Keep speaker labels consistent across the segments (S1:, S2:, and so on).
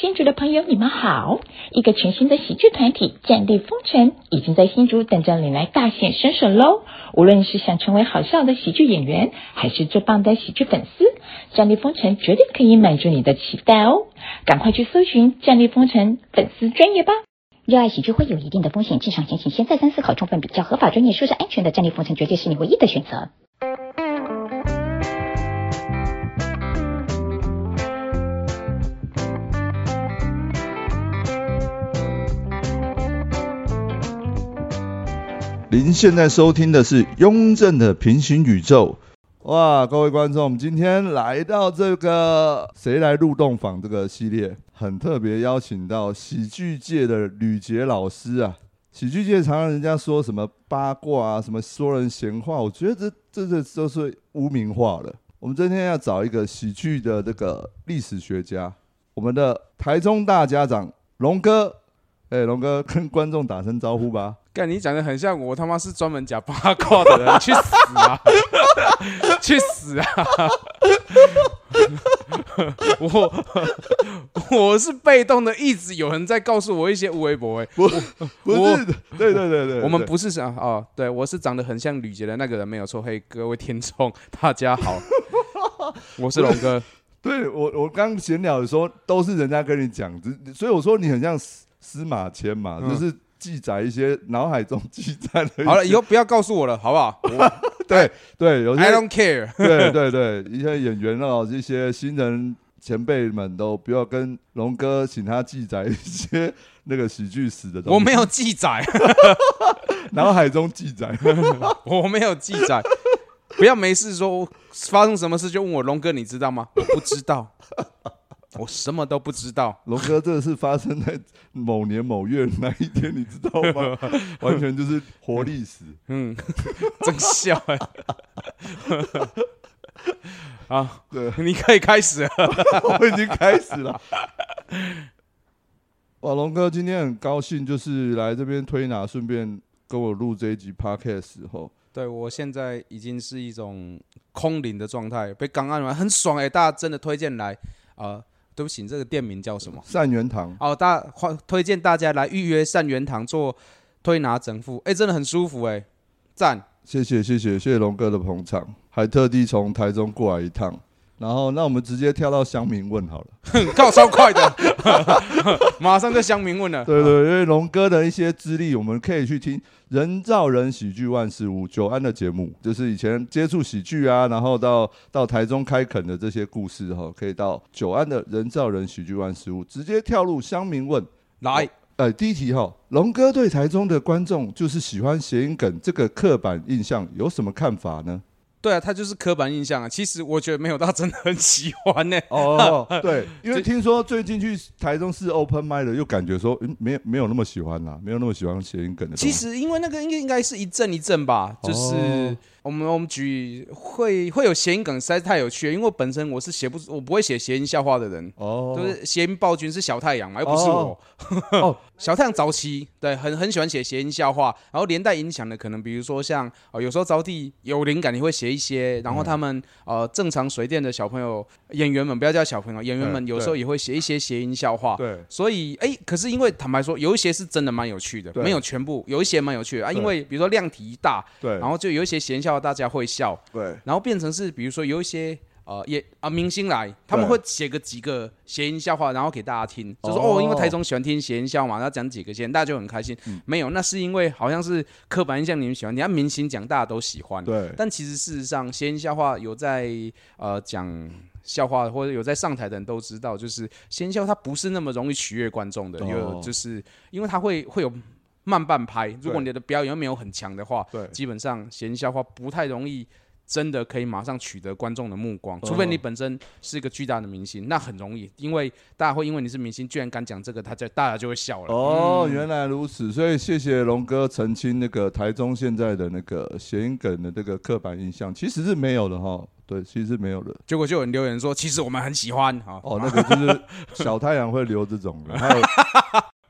S1: 新竹的朋友，你们好！一个全新的喜剧团体“战地风尘”已经在新竹等着你来大显身手喽！无论是想成为好笑的喜剧演员，还是最棒的喜剧粉丝，“战地风尘”绝对可以满足你的期待哦！赶快去搜寻“战地风尘”粉丝专业吧！
S2: 热爱喜剧会有一定的风险，进场前请先再三思考，充分比较合法、专业、舒适、安全的战力风尘，绝对是你唯一的选择。
S3: 您现在收听的是雍正的平行宇宙。哇，各位观众，我们今天来到这个“谁来入洞房”这个系列，很特别，邀请到喜剧界的吕杰老师啊。喜剧界常让人家说什么八卦啊，什么说人闲话，我觉得这这这都是污名化了。我们今天要找一个喜剧的这个历史学家，我们的台中大家长龙哥。哎，龙哥，跟观众打声招呼吧。
S4: 干，你讲的很像我他妈是专门讲八卦 的人，去死啊！ 去死啊！ 我我是被动的，一直有人在告诉我一些无微博哎、
S3: 不是，对对对对，
S4: 我们
S3: 对
S4: 不是想哦，对我是长得很像吕杰的那个人没有错。嘿，各位听众，大 家好，我是龙哥。
S3: 对我，我刚闲聊的时候都是人家跟你讲，只所以我说你很像司司马迁嘛，
S4: 嗯
S3: 就是记载一些脑海中 记载的一些。
S4: 好了，以后不要告诉我了，好不好我
S3: 对对，有些
S4: ？I don't care。
S3: 对对对，一些演员哦，这些新人前辈们都不要跟龙哥请他记载一些那个喜剧史的东西，
S4: 我没有记载，
S3: 脑海中记载。
S4: 我没有记载，不要没事说发生什么事就问我龙哥，你知道吗？我不知道，我什么都不知道。
S3: 龙哥，这是发生在某年某月哪一天，你知道吗？ 完全就是活历史。
S4: 嗯，真笑哎、 啊，
S3: 对，
S4: 你可以开始了。
S3: 我已经开始了。 哇，龙哥，今天很高兴，就是来这边推拿，顺便跟我录这一集 podcast 后，
S4: 对我现在已经是一种空灵的状态，被刚按完很爽哎、大家真的推荐来啊、呃对不起，你这个店名叫什么？
S3: 善元堂
S4: 哦，大欢推荐大家来预约善元堂做推拿整复，哎、真的很舒服哎、赞。
S3: 谢谢谢谢谢谢龙哥的捧场，还特地从台中过来一趟。然后，那我们直接跳到乡民问好了。
S4: 靠，超快的， 马上就乡民 问了。
S3: 对对，因为龙哥的一些资历，我们可以去听《人造人喜剧万事屋》九安的节目，就是以前接触喜剧啊，然后到到台中开垦的这些故事哈、可以到九安的《人造人喜剧万事屋》直接跳入乡民问。
S4: 来，
S3: 呃，第一题哈、龙哥对台中的观众就是喜欢谐音梗这个刻板印象有什么看法呢？
S4: 对啊，他就是刻板印象啊。其实我觉得没有到真的很喜欢呢、
S3: 哦， 对，因为听说最近去台中市 open m i 的，又感觉说，嗯，没有没有那么喜欢啦、没有那么喜欢谐音梗的东西。
S4: 其实因为那个应该应该是一阵一阵吧，就是
S3: 哦
S4: 我们我们举会会有谐音梗实在太有趣了，因为我本身我是写不我不会写谐音笑话的人。
S3: 哦，
S4: 就是谐音暴君是小太阳嘛，又不是我。
S3: 哦
S4: 小太阳早期对很很喜欢写谐音笑话，然后连带影响的可能，比如说像呃有时候招娣有灵感，你会写一些，然后他们、
S3: 嗯
S4: 呃正常水电的小朋友演员们，不要叫小朋友，演员们
S3: 嗯
S4: 有时候也会写一些谐音笑话。
S3: 对。
S4: 所以，哎、可是因为坦白说，有一些是真的蛮有趣的，
S3: 对
S4: 没有全部，有一些蛮有趣的啊。
S3: 对
S4: 因为比如说量体一大，
S3: 对，
S4: 然后就有一些闲笑大家会笑，
S3: 对
S4: 然后变成是，比如说有一些呃也啊明星来，他们
S3: 对
S4: 会写个几个谐音笑话，然后给大家听，就说
S3: 哦
S4: 哦，因为台中喜欢听谐音笑嘛，然后讲几个谐音，大家就很开心。
S3: 嗯
S4: 没有，那是因为好像是刻板印象你们喜欢，你看明星讲大家都喜欢，
S3: 对
S4: 但其实事实上，谐音笑话有在呃讲。笑话或者有在上台的人都知道，就是谐音笑话它不是那么容易取悦观众的，
S3: 哦
S4: 有就是因为它会会有慢半拍，如果你的表演没有很强的话，
S3: 对
S4: 基本上闲笑话不太容易真的可以马上取得观众的目光，除非你本身是一个巨大的明星，那很容易，因为大家会因为你是明星，居然敢讲这个，他就大家就会笑了。
S3: 哦，原来如此，所以谢谢龙哥澄清那个台中现在的那个谐音梗的这个刻板印象，其实是没有的哈。对，其实是没有的。
S4: 结果就有人留言说，其实我们很喜欢啊，
S3: 哦，那个 就是小太阳会留这种的。还有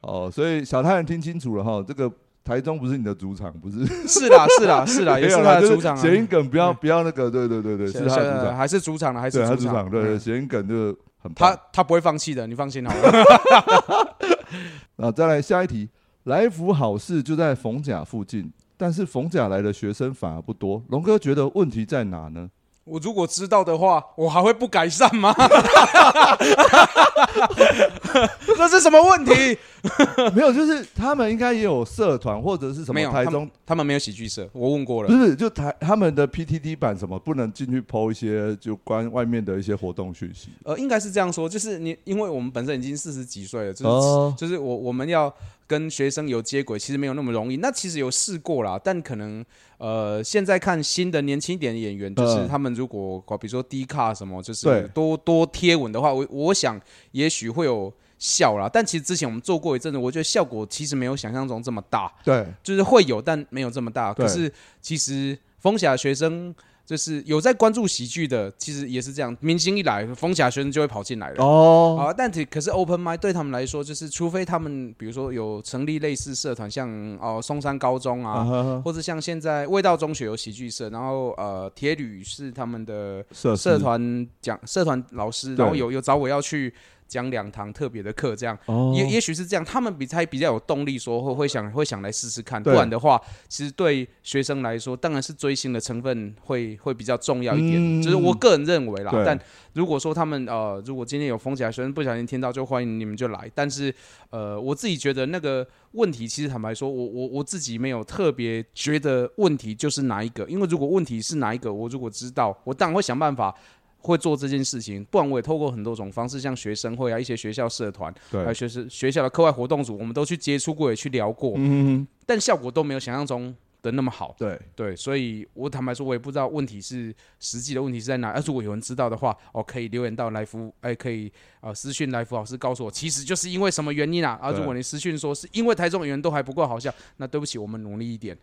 S3: 哦，所以小太阳听清楚了哈，这个台中不是你的主场，不是
S4: 是啦是啦是啦，也
S3: 没
S4: 是
S3: 有啦，
S4: 他的
S3: 就
S4: 主
S3: 是
S4: 场啊，
S3: 谐音梗不要不要那个，对对对对，
S4: 是
S3: 是他的主场，
S4: 还是主场了，还是
S3: 对，他
S4: 主
S3: 主场，对对，
S4: 嗯
S3: 谐音梗就很很
S4: 他
S3: 棒。
S4: 他不会放弃的，你放心好了。
S3: 那啊再来下一题，来福好事就在逢甲附近，但是逢甲来的学生反而不多。龙哥觉得问题在哪 呢？
S4: 我如果知道的话，我还会不改善吗？这是什么问题？
S3: 没有，就是他们应该也有社团或者是什
S4: 没
S3: 么
S4: 有，
S3: 台
S4: 他
S3: 中
S4: 们，他们没有喜剧社，我问
S3: 不
S4: 过了。
S3: 是就台他们的 PTT 版什么不能进去 PO 一些就关外面的一些活动讯息。
S4: 呃，应该是这样说，就是你，因为我们本身已经四十几岁了，就是、
S3: 哦
S4: 就是我我们要跟学生有接轨，其实没有那么容易。那其实有试过啦，但可能呃，现在看新的年轻一点的演员，就是
S3: 嗯
S4: 他们如果搞比如说低卡什么，就
S3: 对
S4: 是多多贴文的话，我我想也许会有效啦。但其实之前我们做过一阵子，我觉得效果其实没有想象中这么大。
S3: 对，
S4: 就是会有，但没有这么大。
S3: 对
S4: 可是其实风峡学生就是有在关注喜剧的，其实也是这样。明星一来，风峡学生就会跑进来了。
S3: 哦，
S4: 啊，但其可是 open m i d 对他们来说，就是除非他们比如说有成立类似社团，像哦、松山高中啊，
S3: 啊哈哈
S4: 或者像现在味道中学有喜剧社，然后呃铁旅是他们的
S3: 社
S4: 社
S3: 团
S4: 团讲社团老师，
S3: 对
S4: 然后有有找我要去讲两堂特别的课，这样、
S3: 哦
S4: 也也许是这样，他们比才比较有动力说会会想会想来试试看，不
S3: 对
S4: 然的话，其实对学生来说，当然是追星的成分会会比较重要一点，
S3: 嗯
S4: 就是我个人认为啦
S3: 对。
S4: 但如果说他们呃，如果今天有风起来学生不小心听到，就欢迎你们就来，但是呃，我自己觉得那个问题，其实坦白说，我我我自己没有特别觉得问题就是哪一个，因为如果问题是哪一个，我如果知道，我当然会想办法。会做这件事情，不然我也透过很多种方式，像学生会啊、一些学校社团，还有
S3: 对，
S4: 学生学校的课外活动组，我们都去接触过，也去聊过，
S3: 嗯，
S4: 但效果都没有想象中的那么好。
S3: 对，
S4: 对，所以我坦白说，我也不知道问题是实际的问题是在哪。要是我有人知道的话，哦，可以留言到来福，哎，可以呃私讯来福老师告诉我，其实就是因为什么原因啊？啊，
S3: 对
S4: 如果你私讯说是因为台中演员都还不够好笑，那对不起，我们努力一点。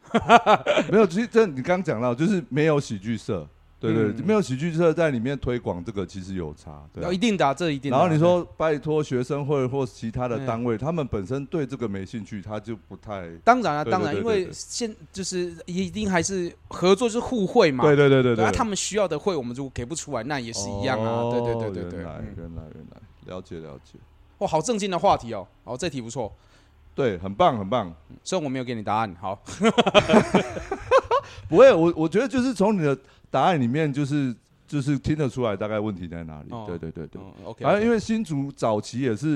S3: 没有，其实这你刚讲到，就是没有喜剧社，对对，
S4: 嗯
S3: 没有喜剧社在里面推广这个，其实有差，对啊、
S4: 然后一定的啊、这一定的
S3: 然
S4: 啊、
S3: 后你说拜托学生会或其他的
S4: 对
S3: 单位，他们本身对这个没兴趣，他就不太。
S4: 当然啊，
S3: 对对
S4: 当然，
S3: 对
S4: 因
S3: 对
S4: 为
S3: 对
S4: 现就是一定还是合作，就是互惠嘛。
S3: 对对对对
S4: 对啊，他
S3: 们
S4: 们需要的会，我们如果给不出来，那也是一样啊。对对对对对。
S3: 原来
S4: 嗯
S3: 原来原来，了解了解，
S4: 哇，好正经的话题哦。哦，这题不错，
S3: 对，很棒很棒。
S4: 虽然我没有给你答案。 好，
S3: 不会，我我觉得就是从你的答案里面，就是就是听得出来大概问题在哪里。
S4: 哦
S3: 对对对对。
S4: 嗯，OK。
S3: 反正啊因为新竹早期也是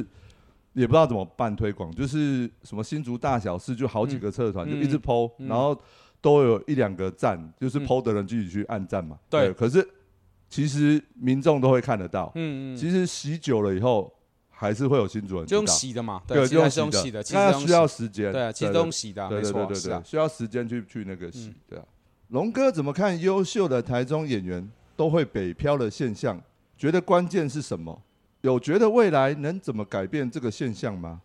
S3: 也不知道怎么办推广，就是什么新竹大小事就好几个社团、
S4: 嗯
S3: 就一直剖、
S4: 嗯
S3: 然后都有一两个赞，就是
S4: 嗯
S3: 剖的人自己去按赞嘛、
S4: 对
S3: 可是其实民众都会看得到，
S4: 嗯嗯，
S3: 其实洗久了以后还是会有新竹人知
S4: 就
S3: 道
S4: 用。洗的嘛，
S3: 对，
S4: 其
S3: 就
S4: 实
S3: 用
S4: 还是用洗的，
S3: 的，
S4: 其实
S3: 那
S4: 用
S3: 需要
S4: 洗
S3: 时间。
S4: 对啊，其实
S3: 对
S4: 都用洗的啊，
S3: 对
S4: 没
S3: 对
S4: 错
S3: 对
S4: 啊，
S3: 对
S4: 是
S3: 对
S4: 啊，
S3: 需要时间去去那个洗
S4: 嗯，
S3: 对啊。龙哥怎么看优秀的台中演员都会北漂的现象？觉得关键是什么？有觉得未来能怎么改变这个现象吗？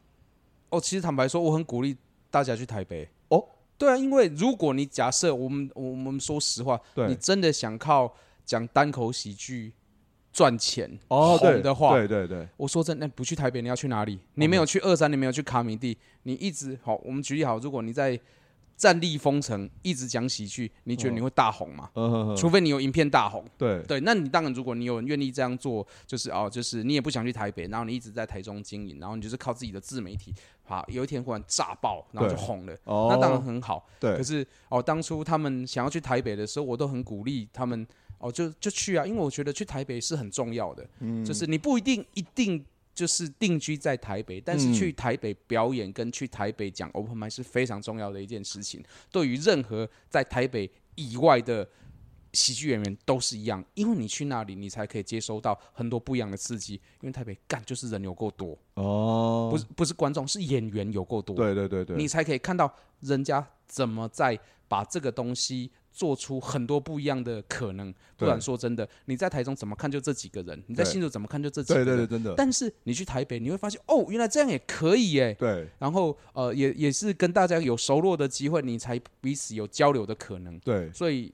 S4: 哦，其实坦白说，我很鼓励大家去台北。
S3: 哦，
S4: 对啊，因为如果你假设我们我们说实话，
S3: 对
S4: 你真的想靠讲单口喜剧赚钱
S3: 哦对
S4: 红的话，
S3: 对对对，
S4: 我说真的，不去台北，你要去
S3: 嗯
S4: 哪里？你没有去二三，你没有去卡米地，你一直好，我们举例好，如果你在战力封城一直讲喜剧，你觉得你会大红吗？
S3: 嗯哼
S4: 除
S3: 哼，
S4: 非你有影片大红，
S3: 对
S4: 对，那你当然，如果你有人愿意这样做，就是哦，就是你也不想去台北，然后你一直在台中经营，然后你就是靠自己的自媒体，啊，有一天忽然炸爆，然后就
S3: 对
S4: 红了，
S3: 哦，
S4: 那当然很好。可
S3: 对
S4: 是哦，当初他们想要去台北的时候，我都很鼓励他们哦，就就去啊，因为我觉得去台北是很重要的，
S3: 嗯
S4: 就是你不一定一定就是定居在台北，但是
S3: 嗯
S4: 去台北表演跟去台北讲 open m i 是非常重要的一件事情，对于任何在台北以外的。喜剧演员都是一样，因为你去那里，你才可以接收到很多不一样的刺激。因为台北干就是人有够多，
S3: 哦，
S4: 不是不是观众，是演员有够多。
S3: 对对对对，
S4: 你才可以看到人家怎么在把这个东西做出很多不一样的可能。不
S3: 对
S4: 然说真的，你在台中怎么看就这几个人，你在
S3: 对
S4: 新竹怎么看就这几个
S3: 对
S4: 人。
S3: 对对，真的，
S4: 但是你去台北，你会发现哦，原来这样也可以耶。
S3: 对
S4: 然后呃，也也是跟大家有熟络的机会，你才彼此有交流的可能。
S3: 对
S4: 所以，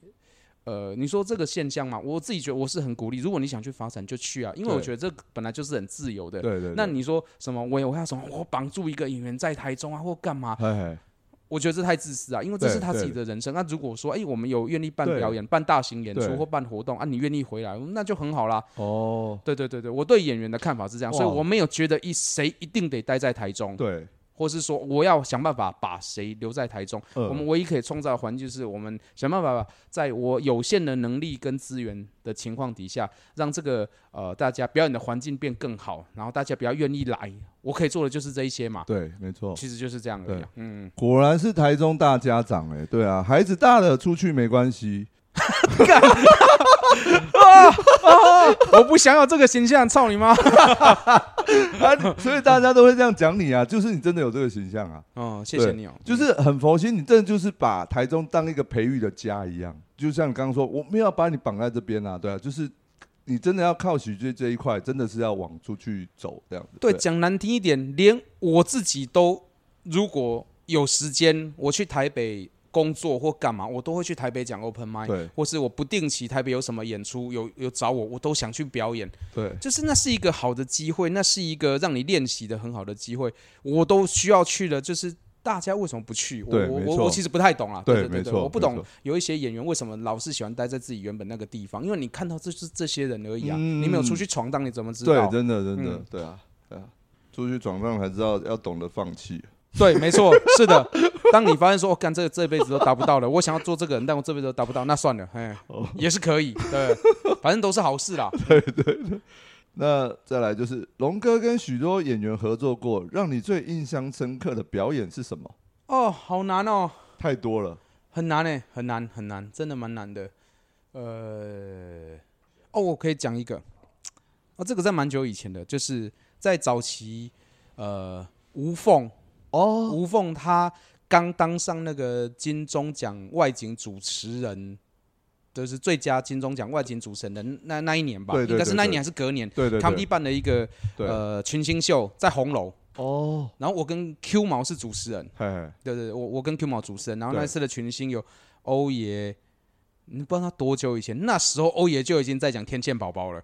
S4: 呃，你说这个现象嘛，我自己觉得我是很鼓励。如果你想去发展，就去啊，因为我
S3: 对
S4: 觉得这本来就是很自由的。
S3: 对对，
S4: 那你说什么？我有我要什么？我绑住一个演员在台中啊，或干嘛？
S3: 嘿嘿，
S4: 我觉得这太自私啊，因为这
S3: 对
S4: 是他自己
S3: 对
S4: 的人生。那如果说，哎、我们有愿意办
S3: 对
S4: 表演、办大型演
S3: 对
S4: 出或办活动啊，你愿意回来，那就很好啦。
S3: 哦，
S4: 对对对对，我对演员的看法是这样，
S3: 哇
S4: 所以我没有觉得一谁一定得待在台中，
S3: 对，
S4: 或是说我要想办法把谁留在台中。
S3: 呃
S4: 我们唯一可以创造的环境就是我们想办法在我有限的能力跟资源的情况底下，让这个呃大家表演的环境变更好，然后大家比较愿意来。我可以做的就是这一些嘛，
S3: 对，没错，
S4: 其实就是这样而已啊、 嗯，
S3: 果然是台中大家长哎、对啊，孩子大了出去没关系，
S4: 我不想要这个形象，操你妈！
S3: 啊，所以大家都会这样讲你啊，就是你真的有这个形象啊，
S4: 哦，谢谢
S3: 对
S4: 你哦，
S3: 就是很佛心，你真的就是把台中当一个培育的家一样，就像你刚刚说，我没有把你绑在这边啊，对啊，就是你真的要靠喜剧这一块，真的是要往出去走这样子，
S4: 对，讲难听一点，连我自己都，如果有时间，我去台北工作或干嘛，我都会去台北讲 open mic，
S3: 对
S4: 或是我不定期台北有什么演出，有有找我，我都想去表演。
S3: 对
S4: 就是那是一个好的机会，那是一个让你练习的很好的机会，我都需要去的，就是。大家为什么不去？我
S3: 对
S4: 我
S3: 没
S4: 我
S3: 错
S4: 我其实不太懂啦。啊
S3: 对
S4: 对对
S3: 没
S4: 对，
S3: 错
S4: 我不
S3: 没
S4: 懂
S3: 错
S4: 有一些演员为什么老是喜欢待在自己原本那个地方，因为你看到这就是这些人而已啊，
S3: 嗯
S4: 你没有出去闯荡，你怎么知道
S3: 对，？真的真的、
S4: 嗯
S3: 对啊，对啊，出去闯荡才知道要懂得放弃，
S4: 对，没错，是的。当你发现说，哦，干这这辈子都达不到了，我想要做这个人，但我这辈子都达不到，那算了，哎，也是可以，对，反正都是好事啦。
S3: 那再来就是龙哥跟许多演员合作过，让你最印象深刻的表演是什么？
S4: 哦，好难哦，
S3: 太多了，
S4: 很难哎，很难，很难，真的蛮难的。呃，哦，我可以讲一个，哦，这个在蛮久以前的，就是在早期，呃，无缝
S3: 哦，
S4: 吴凤她刚当上那个金钟奖外景主持人，就是最佳金钟奖外景主持人的那那一年吧，
S3: 对对
S4: 应该是
S3: 对
S4: 那一
S3: 对
S4: 年还是隔年
S3: 对对
S4: ，Comedy
S3: 对，
S4: 办了一个
S3: 对，
S4: 呃群星秀在红楼，
S3: 哦，
S4: 然后我跟 Q 毛是主持人，
S3: 嘿嘿，
S4: 对对，对我我跟 Q 毛主持人，然后
S3: 对
S4: 那次的群星有欧爷。你不知道他多久以前，那时候欧爷就已经在讲天线 宝宝了。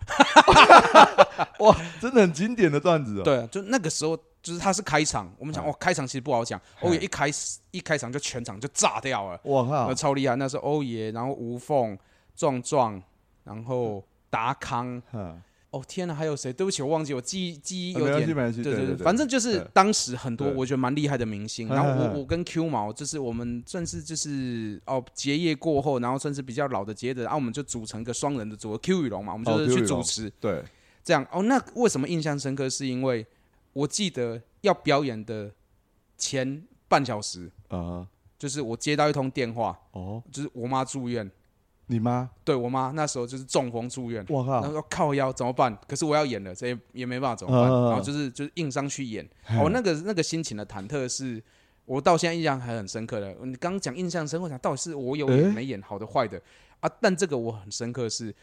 S3: 真的很经典的段子哦，
S4: 对，就那个时候，就是他是开场，我们讲
S3: 嗯
S4: 哦，开场其实不好讲。欧爷一开始一开场就全场就炸掉了，
S3: 我
S4: 那
S3: 靠，
S4: 超厉害。那是欧爷，然后吴凤、壮壮，然后达康。
S3: 哈
S4: 哦天哪，还有谁？对不起，我忘记，我记忆记忆
S3: 啊没
S4: 有
S3: 关系，没
S4: 点。
S3: 关系，
S4: 对
S3: 对
S4: 对，反正就是
S3: 对
S4: 当时很多
S3: 对
S4: 我觉得蛮厉害的 明星，
S3: 嗨
S4: 然后
S3: 嗨
S4: 我我跟 Q 毛就是我们算是就是哦结业过后，然后算是比较老的结业的，然后我们就组成一个双人的组合 Q 与龙嘛，我们
S3: 哦
S4: 就是
S3: Q
S4: 去
S3: 与龙
S4: 主持
S3: 对，
S4: 这样。哦，那为什么印象深刻？是因为我记得要表演的前半小时，
S3: 啊，
S4: 就是我接到一通电话，
S3: 哦，
S4: 就是我妈住院，
S3: 你妈，
S4: 对我妈那时候就是中风住院，
S3: 我
S4: 然后
S3: 靠，
S4: 说靠腰怎么办？可是我要演了，这也也没办法怎
S3: 嗯
S4: 么办？
S3: 嗯嗯
S4: 然后就是就是硬伤去演，哦，那个那个心情的忐忑是。我到现在印象还很深刻的。你刚刚讲印象深刻，讲到底是我有演
S3: 诶
S4: 没演，好的坏的啊？但这个我很深刻是，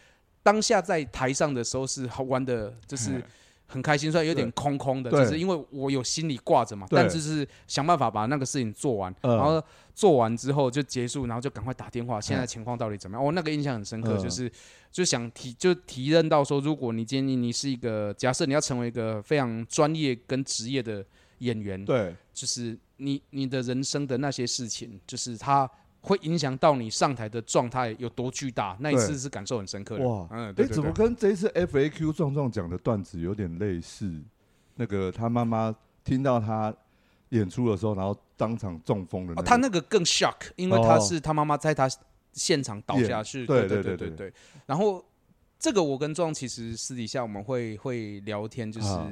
S4: 当下在台上的时候是好玩的，就是
S3: 嘿
S4: 很开心，虽然有点
S3: 对
S4: 空空的，
S3: 对
S4: 就是因为我有心里挂着嘛，
S3: 对
S4: 但就是想办法把那个事情做完，
S3: 嗯
S4: 然后做完之后就结束，然后就赶快打电话，现在情况到底怎么样？哦，那个印象很深刻，
S3: 嗯
S4: 就是就想提就提认到说，如果你建议你是一个假设你要成为一个非常专业跟职业的演员，
S3: 对，
S4: 就是你你的人生的那些事情，就是它会影响到你上台的状态有多巨大，那一
S3: 对
S4: 次是感受很深刻的。
S3: 哇，
S4: 嗯，对
S3: 哎，
S4: 对
S3: 怎么
S4: 对。
S3: 跟这一次 FAQ 壮壮讲的段子有点类似？那个他妈妈听到他演出的时候，然后当场中风的
S4: 哦，
S3: 那
S4: 他
S3: 个，
S4: 那个更 shock，因为他
S3: 哦
S4: 是他妈妈在他现场倒下去，
S3: 演
S4: 对
S3: 哦对
S4: 对
S3: 对
S4: 对。然后这个我跟壮其实私底下我们会会聊天，就是
S3: 啊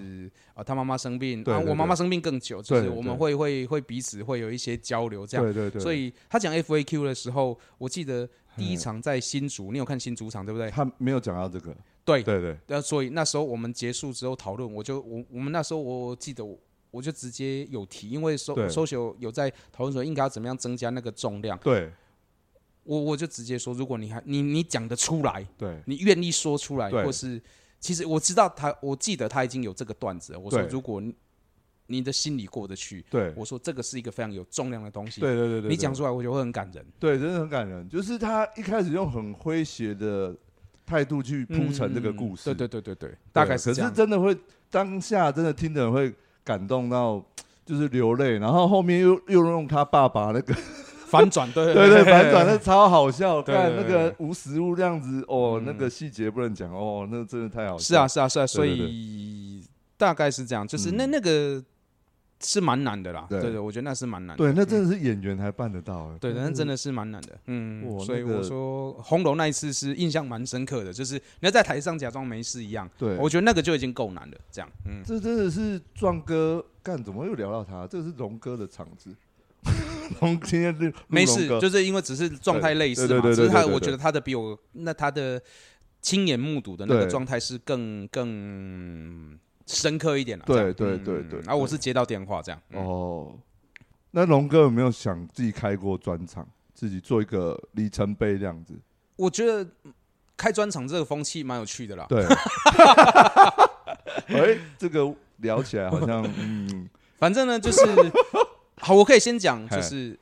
S4: 啊，他妈妈生病，
S3: 对
S4: 啊
S3: 对，对
S4: 我妈妈生病更久，就是
S3: 对
S4: 我们
S3: 对
S4: 会会会彼此会有一些交流这样。
S3: 对对对，
S4: 所以他讲 FAQ 的时候，我记得第一场在新竹，你有看新竹场对不对？
S3: 他没有讲到这个，
S4: 对，
S3: 对对，
S4: 那呃所以那时候我们结束之后讨论，我就我我们那时候我记得我我就直接有提，因为
S3: 对
S4: 搜搜有有在讨论说应该要怎么样增加那个重量，
S3: 对
S4: 我我就直接说，如果你还你你讲得出来，
S3: 对
S4: 你愿意说出来，
S3: 对
S4: 或是其实我知道他，我记得他已经有这个段子了，我说
S3: 对
S4: 如果你你的心里过得去，
S3: 对
S4: 我说这个是一个非常有重量的东西，
S3: 对对对对，
S4: 你讲
S3: 对
S4: 出来我就会很感人。
S3: 对，真的很感人。就是他一开始用很诙谐的态度去铺陈这
S4: 嗯
S3: 个故事，
S4: 对对对对对，大概
S3: 可
S4: 这
S3: 是
S4: 样。
S3: 真的会当下真的听的人会感动到，就是流泪，然后后面又又用他爸爸那 个，
S4: 反转，对
S3: 对对，反 转那超好笑，
S4: 对
S3: 看
S4: 对
S3: 那
S4: 对
S3: 个无实物这样子，哦，
S4: 嗯
S3: 那个细节不能讲，哦，那真的太好笑。
S4: 是啊，，是啊，是啊，所
S3: 对
S4: 以大概是这样，就是那
S3: 嗯
S4: 那个是蛮难的啦，
S3: 对
S4: 对对，我觉得那是蛮难的，
S3: 对，那真的是演员才办得到，哎
S4: 啊嗯对，但是真
S3: 的
S4: 的是蛮难的，嗯，
S3: 哇
S4: 所以
S3: 那个
S4: 我说红楼那一次是印象蛮深刻的，就是你要在台上假装没事一样，
S3: 对，
S4: 我觉得那个就已经够难了，这样，嗯，
S3: 嗯这真的是壮哥，干怎么又聊到他？这是龙哥的场子， 龙今天录
S4: 没
S3: 录龙
S4: 事，
S3: 哥
S4: 就是因为只是状态类似
S3: 对
S4: 嘛，
S3: 对对对
S4: 只是他
S3: 对对对
S4: 我觉得他的比我那他的亲眼目睹的那个
S3: 对
S4: 状态是更更深刻一点了，
S3: 对
S4: 这样
S3: 对
S4: 嗯
S3: 对
S4: 嗯
S3: 对
S4: 然后我是接到电话这样，哦，
S3: 哦。那龙哥有没有想自己开过专场，自己做一个里程碑这样子？
S4: 我觉得开专场这个风气蛮有趣的啦，
S3: 对， 哎，这个聊起来好 像嗯，
S4: 反正呢，就是 好，我可以先讲，
S3: 嘿
S4: 就是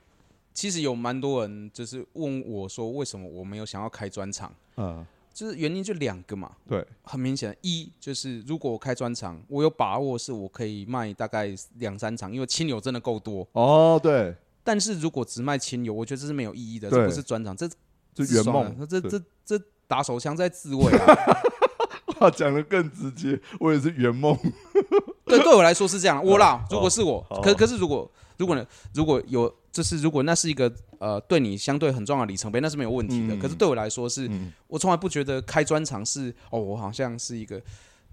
S4: 其实有蛮多人就是问我说，为什么我没有想要开专场？
S3: 啊，
S4: 就是原因就两个嘛，
S3: 对，
S4: 很明显，一就是如果我开专场，我有把握是我可以卖大概两三场，因为亲友真的够多。
S3: 哦，对，
S4: 但是如果只卖亲友，我觉得这是没有意义的，
S3: 对
S4: 这不是专场，这
S3: 就
S4: 自
S3: 圆
S4: 爽啊
S3: 梦，
S4: 这
S3: 对
S4: 这这打手枪在自卫啊！
S3: 话讲的更直接，我也是圆梦，
S4: 对，对我来说是这样。我啦，
S3: 哦
S4: 如果是我
S3: 好，
S4: 可可是如果如果呢，如果有就是如果那是一个呃对你相对很重要的里程碑，那是没有问题的。
S3: 嗯
S4: 可是对我来说是，
S3: 嗯
S4: 我从来不觉得开专场是哦，我好像是一个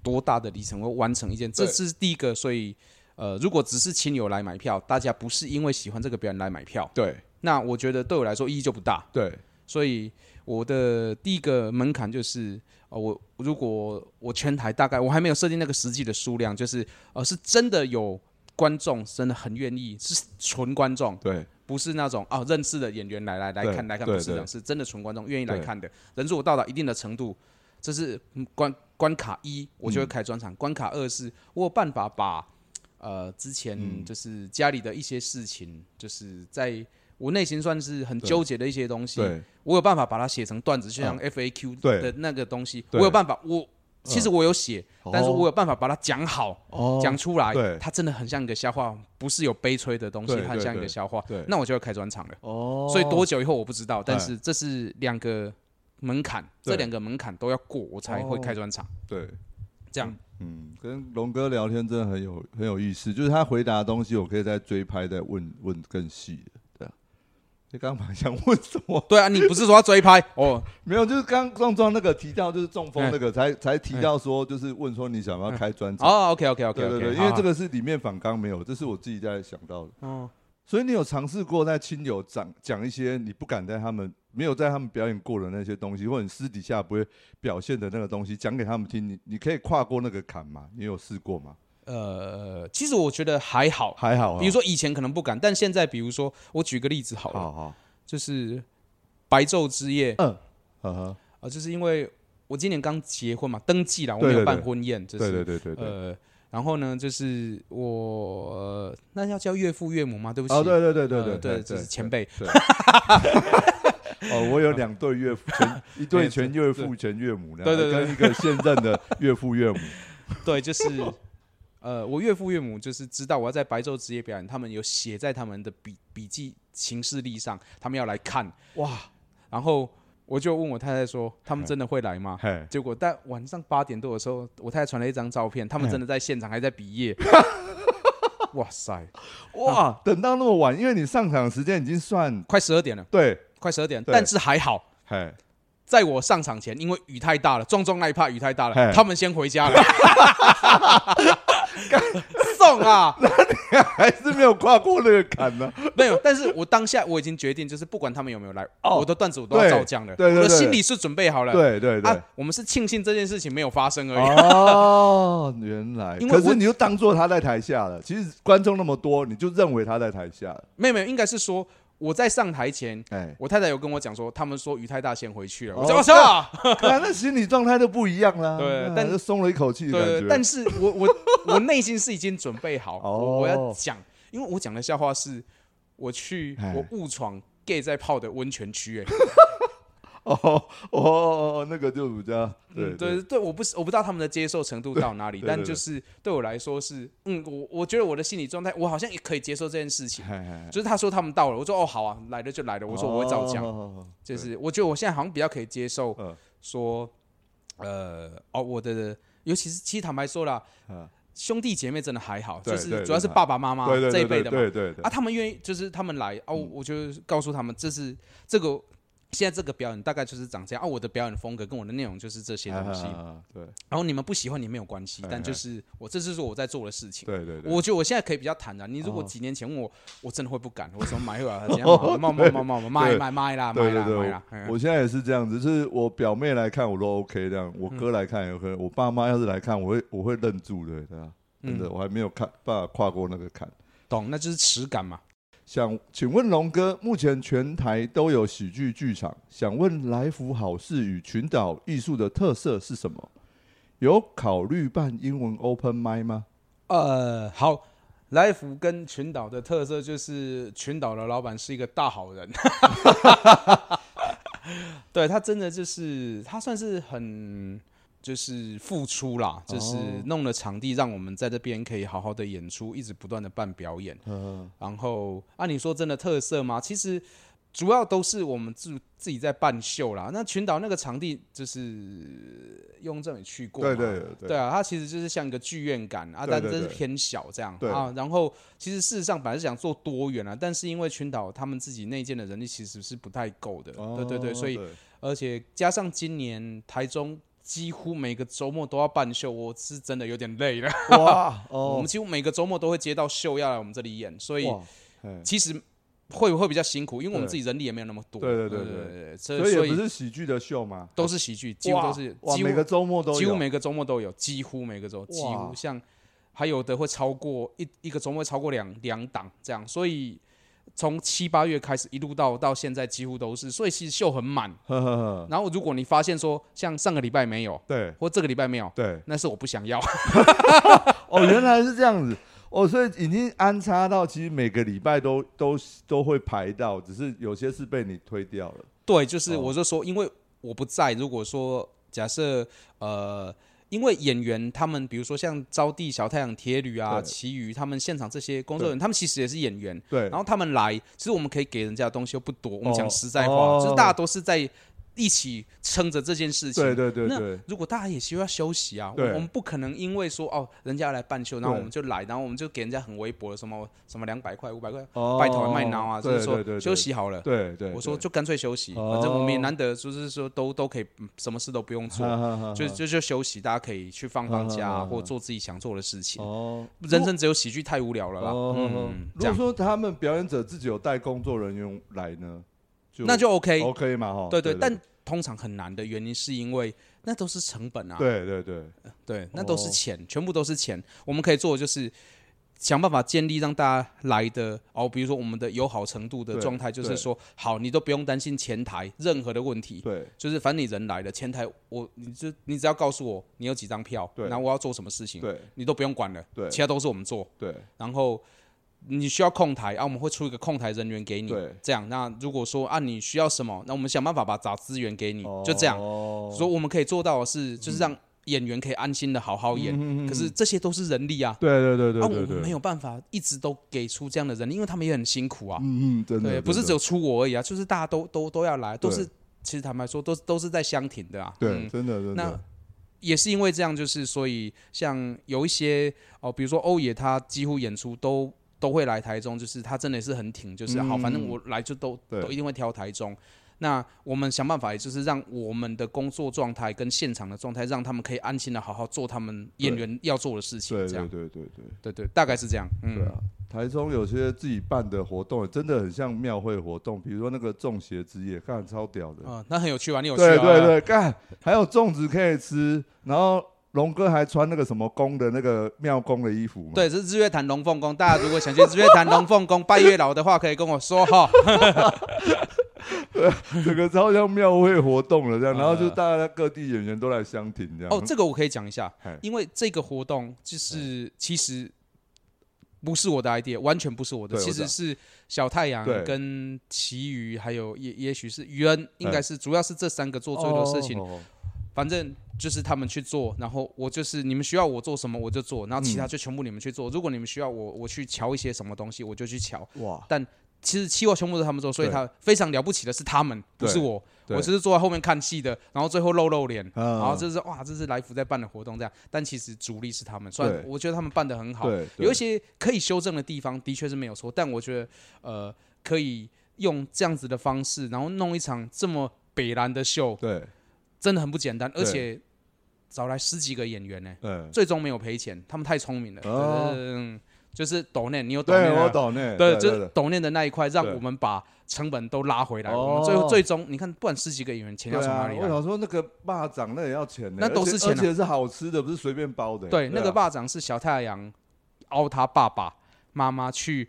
S4: 多大的里程碑完成一件，这
S3: 对
S4: 是第一个。所以呃，如果只是亲友来买票，大家不是因为喜欢这个表演来买票，
S3: 对
S4: 那我觉得对我来说意义就不大。
S3: 对，
S4: 所以我的第一个门槛就是，呃，我如果我全台大概我还没有设定那个实际的数量，就是呃，是真的有观众真的很愿意，是纯观众，
S3: 对
S4: 不是那种啊认识的演员来来来
S3: 对
S4: 看来看，
S3: 对
S4: 不是这
S3: 对
S4: 样，是真的纯观众愿意来
S3: 对
S4: 看的。人数我到达一定的程度，这是嗯关关卡一，我就会开专场；关卡二是我有办法把呃之
S3: 嗯
S4: 前就是家里的一些事情，就是在我内心算是很
S3: 对
S4: 纠结的一些东西，
S3: 对
S4: 我有办法把它写成段子，就像 FAQ
S3: 嗯对
S4: 的那个东西，
S3: 对
S4: 我有办法。我其实我有写，
S3: 哦
S4: 但是我有办法把它讲好，
S3: 哦
S4: 讲出来
S3: 对。
S4: 它真的很像一个笑话，不是有悲催的东西
S3: 对，
S4: 它很
S3: 对
S4: 像一
S3: 对
S4: 个笑话
S3: 对。
S4: 那我就要开专场了。
S3: 哦
S4: 所以多久以后我不知道，但
S3: 哎
S4: 是这是两个门槛，
S3: 对嗯
S4: 这两个门槛都要过，我才会开专场。
S3: 对。
S4: 这样
S3: 嗯，跟龙哥聊天真的很有很有意思，就是他回答的东西，我可以再追拍，再问问更细的。对啊，你刚刚想问什么？
S4: 对啊，你不是说要 追拍哦？
S3: 没有，就是刚刚壮壮那个提到，就是中风那个，才才提到说，就是问说你想不要开专场？
S4: 哎哦，OK OK OK
S3: 对
S4: OK，
S3: 对对，因为这个是里面反刚没有，这是我自己在想到的。
S4: 哦，
S3: 所以你有尝试过在亲友讲讲一些你不敢在他们没有在他们表演过的那些东西，或者你私底下不会表现的那个东西，讲给他们听，你你可以跨过那个坎吗？你有试过吗？
S4: 呃，其实我觉得还好。
S3: 还好啊，
S4: 比如说以前可能不敢，但现在比如说我举个例子好了，
S3: 好好，
S4: 就是白昼之夜啊、
S3: 嗯，呵呵，
S4: 呃就是因为我今年刚结婚嘛，登记了，我
S3: 对
S4: 没
S3: 对
S4: 有办
S3: 对
S4: 婚宴，就
S3: 对对
S4: 是
S3: 对对对，
S4: 呃，然后呢，就是我、呃那要叫岳父岳母吗？对不起，
S3: 哦，对对对对
S4: 呃
S3: 对
S4: 对就是前辈，
S3: 对。 哦，我有两对岳父， 前一对前岳父前岳母，
S4: 哎对对对
S3: 跟一个现任的岳父岳 母，
S4: 对，就是呃，我岳父岳母就是知道我要在白昼职业表演，他们有写在他们的笔笔记行事历上，他们要来看哇。然后我就问我太太说，他
S3: 嗯
S4: 们真的会来吗？
S3: 嘿，
S4: 结果在晚上八点多的时候，我太太传了一张照片，他们真的在现场还在毕 业。哇塞，啊
S3: 哇，等到那么晚，因为你上场时间已经算
S4: 快十二点了，
S3: 对，
S4: 快十二点，
S3: 对
S4: 但是还好。
S3: 嘿，
S4: 在我上场前，因为雨太大了，壮壮那一怕雨太大
S3: 嘿
S4: 了，他们先 回家了。送啊！
S3: 还是没有跨过那个坎 呢。
S4: 没有，但是我当下我已经决定，就是不管他们有没有来，
S3: 哦
S4: 我的段子我都要
S3: 对
S4: 照讲了，
S3: 对对
S4: 我的
S3: 对
S4: 心里是准备好了。
S3: 对对对
S4: 啊，，我们是庆幸这件事情没有发生而已。
S3: 哦， 原来，
S4: 啊因为
S3: 可
S4: 我
S3: 是你就当做他在台下了。其实观众那么多，你就认为他在台 下了。
S4: 没有没有，应该是说我在上台前，
S3: 哎，
S4: 我太太有跟我讲说，他们说于太大先回去了，
S3: 哦
S4: 我说我操啊！
S3: 对啊，那心理状态就不一样啦。
S4: 对
S3: 啊
S4: 但
S3: 就松了一口气
S4: 对
S3: 的感
S4: 对
S3: 觉
S4: 对，。但是我我 我内心是已经准备好，
S3: 哦
S4: 我我要讲，因为我讲的笑话是我去
S3: 哎
S4: 我误闯 gay 在泡的温泉区，哎，
S3: 哦哦哦，哦那个就比较对
S4: 嗯，对对，我不是我不知道他们的接受程度到哪里，
S3: 对对
S4: 但
S3: 对
S4: 就是对我来说是，嗯，我我觉得我的心理状态，我好像也可以接受这件事情。
S3: 嗨嗨嗨
S4: 就是他说他们到了，我说哦好啊，来了就来了，我说我会照讲。
S3: 哦哦哦哦
S4: 就是我觉得我现在好像比较可以接受
S3: 嗯
S4: 说，呃，哦，我的，尤其是其实坦白说啦
S3: 嗯，
S4: 兄弟姐妹真的还好，
S3: 对
S4: 就是
S3: 对
S4: 主要是
S3: 对
S4: 爸爸妈妈
S3: 对对
S4: 这一
S3: 对
S4: 辈的嘛，
S3: 对嗯对对
S4: 啊，他们愿意就是他们来啊，我我就告诉他们这是这个。现在这个表演大概就是长这样啊，我的表演风格跟我的内容就是这些东西，
S3: 啊对
S4: 然后你们不喜欢也没有关系
S3: 哎，
S4: 但就
S3: 哎
S4: 是我这就是我在做的事情。
S3: 对对对，
S4: 我觉得我现在可以比较坦然。你如果
S3: 哦
S4: 几年前问我，我真的会不敢，我说买 回来，怎样买买买买买买买买啦，买
S3: 对对
S4: 啦
S3: 对
S4: 买啦。哎
S3: 我我现在也是这样子，就是我表妹来看我都 OK 这样，我
S4: 嗯
S3: 哥来看也 OK，、我爸妈要是来看，我会我会愣住的，对啊，真的、
S4: 嗯
S3: 我还没有看办法跨过那个坎。
S4: 懂，那就是耻感嘛。
S3: 想请问龙哥，目前全台都有喜剧剧场，想问来福好事与群岛艺术的特色是什么？有考虑办英文 Open m i 吗？
S4: 呃，好。来福跟群岛的特色就是，群岛的老板是一个大好人， 对他真的就是他算是很就是付出啦，就是
S3: 哦
S4: 弄了场地让我们在这边可以好好的演出，一直不断的办表演。
S3: 呃，
S4: 然后按你说真的特色吗？其实主要都是我们自自己在办秀啦。那群岛那个场地就是雍正也去过嘛，
S3: 对对对
S4: 啊，它其实就是像一个剧院感啊，
S3: 对
S4: 但
S3: 对
S4: 真是
S3: 对
S4: 偏小这样
S3: 对
S4: 啊。然后其实事实上本来是想做多元啊，但是因为群岛他们自己内建的人力其实是不太够的，对对对，
S3: 哦
S4: 所以而且加上今年台中。几乎每个周末都要办秀，我是真的有点累了。
S3: 哇
S4: 我
S3: 哦
S4: 们，几乎每个周末都会接到秀要来我们这里演，所以
S3: 哇嘿
S4: 其实会会比较辛苦，因为我们
S3: 对
S4: 自己人力也没有那么多。
S3: 对对对对
S4: 对，
S3: 所
S4: 所
S3: 以
S4: 以
S3: 也
S4: 所
S3: 不
S4: 以
S3: 是喜剧的秀吗？
S4: 都是喜剧，几乎都是，
S3: 哇哇
S4: 几
S3: 每个
S4: 乎
S3: 周末都有，
S4: 几乎每个周末都有，几乎每个周几
S3: 哇
S4: 乎像还有的会超过一一个周末会超过两两档这样，所以从七八月开始一路到到现在几乎都是，所以其实秀很满。
S3: 呵呵呵，
S4: 然后如果你发现说像上个礼拜没有，
S3: 对
S4: 或这个礼拜没有，
S3: 对，
S4: 那是我不想要。
S3: 哦，原来是这样子。哦，所以已经安插到，其实每个礼拜都都都会排到，只是有些是被你推掉了。
S4: 对，就是
S3: 哦
S4: 我就说，因为我不在，如果说假设呃。因为演员他们，比如说像招娣、小太阳、铁旅啊、
S3: 对
S4: 其余他们现场这些工作人员，他们其实也是演员。
S3: 对，
S4: 然后他们来，其实我们可以给人家的东西又不多。我们讲实在
S3: 哦
S4: 话，就是大家都是在一起撑着这件事情。
S3: 对对对
S4: 那
S3: 对，
S4: 如果大家也需要休息啊，我
S3: 对
S4: 我们不可能因为说哦，人家来办秀，然后
S3: 对
S4: 我们就来，然后我们就给人家很微薄的什么什么两百块、五百块，
S3: 哦
S4: 拜托卖挠啊，就
S3: 对
S4: 是
S3: 对对
S4: 说
S3: 对
S4: 休息好了。
S3: 对对，
S4: 我说
S3: 对
S4: 就干脆休息，
S3: 哦
S4: 反正我们也难得，就是说都都可以，嗯什么事都不用
S3: 哈
S4: 做，
S3: 哈哈
S4: 就
S3: 哈
S4: 就就休息，大家可以去放放假
S3: 哈哈哈
S4: 啊，
S3: 哈
S4: 或做自己想做的事情。
S3: 哦，
S4: 人生只有喜剧太无聊了啦，
S3: 哦，
S4: 嗯，
S3: 如果
S4: 这样
S3: 说他们表演者自己有带工作人员来呢，就
S4: 那就 OK，
S3: OK 嘛哈。
S4: 对对，
S3: 哦对，
S4: 但通常很难的原因是因为那都是成本啊，
S3: 对哦对对，
S4: 对，那都是钱，全部都是钱。我们可以做的就是想办法建立让大家来的哦，比如说我们的友好程度的
S3: 对
S4: 状态，就
S3: 对
S4: 是说好，你都不用担心前台任何的问题，
S3: 对
S4: 就是反正你人来了，前台我你就你只要告诉我你有几张票，
S3: 对
S4: 然后我要做什么事情，
S3: 对
S4: 你都不用管了，
S3: 对
S4: 其他都是我们做。
S3: 对
S4: 然后你需要控台啊，我们会出一个控台人员给你
S3: 对，
S4: 这样。那如果说啊你需要什么，那我们想办法把找资源给你，就这样。
S3: 哦
S4: 所以我们可以做到的是，就是让演员可以安心的好好
S3: 嗯
S4: 演。可是这些都是人力啊，
S3: 对对对
S4: 啊
S3: 对
S4: 我
S3: 对
S4: 们
S3: 对，
S4: 没有办法一直都给出这样的人力，因为他们也很辛苦啊。
S3: 嗯嗯，真的
S4: 对，不是
S3: 真
S4: 只
S3: 的
S4: 有出我而已啊，就是大家都都都要来，都
S3: 对
S4: 是其实坦白说，都都是在相挺的啊。
S3: 对，
S4: 嗯
S3: 真的真
S4: 那
S3: 的，
S4: 也是因为这样，就是所以像有一些哦，比如说欧野，他几乎演出都都会来台中，就是他真的是很挺，就是、好，反正我来就都
S3: 嗯对
S4: 都一定会挑台中。那我们想办法，也就是让我们的工作状态跟现场的状态，让他们可以安心的好好做他们演员要做的事情，
S3: 对
S4: 这
S3: 对
S4: 样
S3: 对对对。
S4: 对对，大概是这样，嗯
S3: 对，啊，台中有些自己办的活动，真的很像庙会活动，比如说那个中邪之夜，看超屌的。
S4: 啊、那很有趣啊，你有去啊？
S3: 对对对，干还有粽子可以吃，然后龙哥还穿那个什么宫的那个庙宫的衣服嘛。
S4: 对，这是日月潭龙凤宫。大家如果想去日月潭龙凤宫拜月老的话，可以跟我说哈。
S3: 整个超像庙会活动了这样，然后就
S4: 呃
S3: 大家各地演员都来相
S4: 哦
S3: 挺这样。
S4: 哦，这个我可以讲一下
S3: 嘿，
S4: 因为这个活动就是其实不是我的 idea，完全不是我的，
S3: 对
S4: 其
S3: 我知道
S4: 实是小太阳
S3: 对
S4: 跟其余还有也也许是余恩，应该是主要是这三个做最多事情，
S3: 哦哦哦
S4: 反正就是他们去做，然后我就是你们需要我做什么我就做，然后
S3: 嗯
S4: 其他就全部你们去做。如果你们需要我我去瞧一些什么东西，我就去瞧。
S3: 哇，
S4: 其实企划全部都是他们做，所以
S3: 对
S4: 他非常了不起的是他们，不
S3: 对
S4: 是我，
S3: 对
S4: 我只是坐在后面看戏的，然后最后露露脸，
S3: 嗯
S4: 然后这是哇，这是来福在办的活动这样，但其实主力是他们，虽
S3: 对
S4: 然我觉得他们办的很好，
S3: 对，对
S4: 有一些可以修正的地方的确是没有错，但我觉得呃可以用这样子的方式，然后弄一场这么北蓝的秀，
S3: 对，
S4: 真的很不简单，
S3: 对
S4: 而且找来十几个演员呢、
S3: 嗯，
S4: 最终没有赔钱，他们太聪明了，
S3: 哦
S4: 嗯，就是抖内，你有抖内、
S3: 对
S4: 啊
S3: 我，懂呢，
S4: 对，就
S3: 对
S4: 是
S3: 对
S4: 抖念的那一块，让
S3: 对
S4: 我们把成本都拉回来。
S3: 哦
S4: 我们最后最终，你看，不管十几个演员，钱要
S3: 对
S4: 从哪
S3: 啊，
S4: 里
S3: 我
S4: 来？
S3: 想说那个霸掌那也要钱呢，
S4: 那都
S3: 而且
S4: 是钱啊
S3: 而且是好吃的，不是随便包的。
S4: 对，
S3: 啊
S4: 那个霸掌是小太阳凹他爸爸妈妈去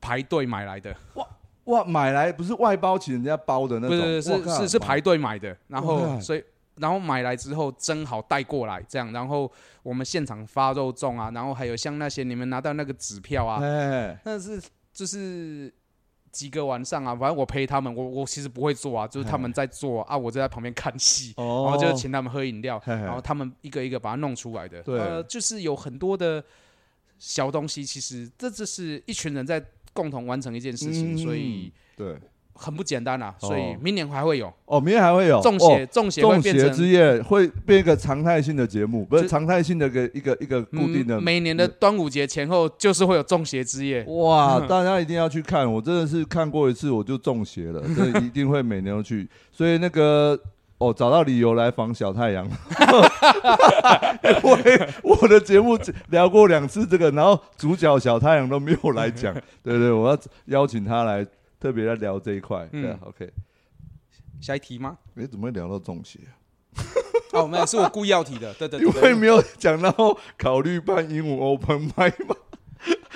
S4: 排队买来的，
S3: 哇，买来不是外包请人家包的那
S4: 不
S3: 种，
S4: 是
S3: 我
S4: 是
S3: 靠
S4: 是是排队买的，然
S3: 我
S4: 后
S3: 看
S4: 所以。然后买来之后蒸好带过来，这样，然后我们现场发肉粽啊，然后还有像那些你们拿到那个纸票啊，
S3: 哎，
S4: 那是就是几个晚上啊，反正我陪他们，我我其实不会做啊，就是他们在做啊，我就在旁边看戏，
S3: 哦，
S4: 然后就请他们喝饮料，
S3: 嘿嘿
S4: 然后他们一个一个把它弄出来的。
S3: 对
S4: 呃，就是有很多的小东西，其实这就是一群人在共同完成一件事情，
S3: 嗯
S4: 所以
S3: 对，
S4: 很不简单啦、啊
S3: 哦
S4: 所以明年还会有
S3: 哦，明天还会有
S4: 中
S3: 哦
S4: 邪，中邪会
S3: 中
S4: 变
S3: 邪之
S4: 成。
S3: 夜会变一个常态性的节目，不是
S4: 就
S3: 常态性的一个一个一个固定的。
S4: 嗯
S3: 嗯
S4: 每年的端午节前后就是会有中邪之夜，
S3: 哇，
S4: 嗯
S3: 大家一定要去看！我真的是看过一次我就中邪 了，真的一定会每年都去。所以那个哦，找到理由来防小太 阳。我我的节目聊过两次这个，然后主角小太阳都没有来 讲。对对，我要邀请他来特别来聊这一块。
S4: 嗯
S3: 对啊，OK。
S4: 下一题吗？
S3: 你怎么会聊到中邪啊？
S4: 哦，没有，是我故意要提的，对对
S3: 因
S4: 对
S3: 为
S4: 对。
S3: 没有讲到考虑办鹦鹉 open mic 嘛。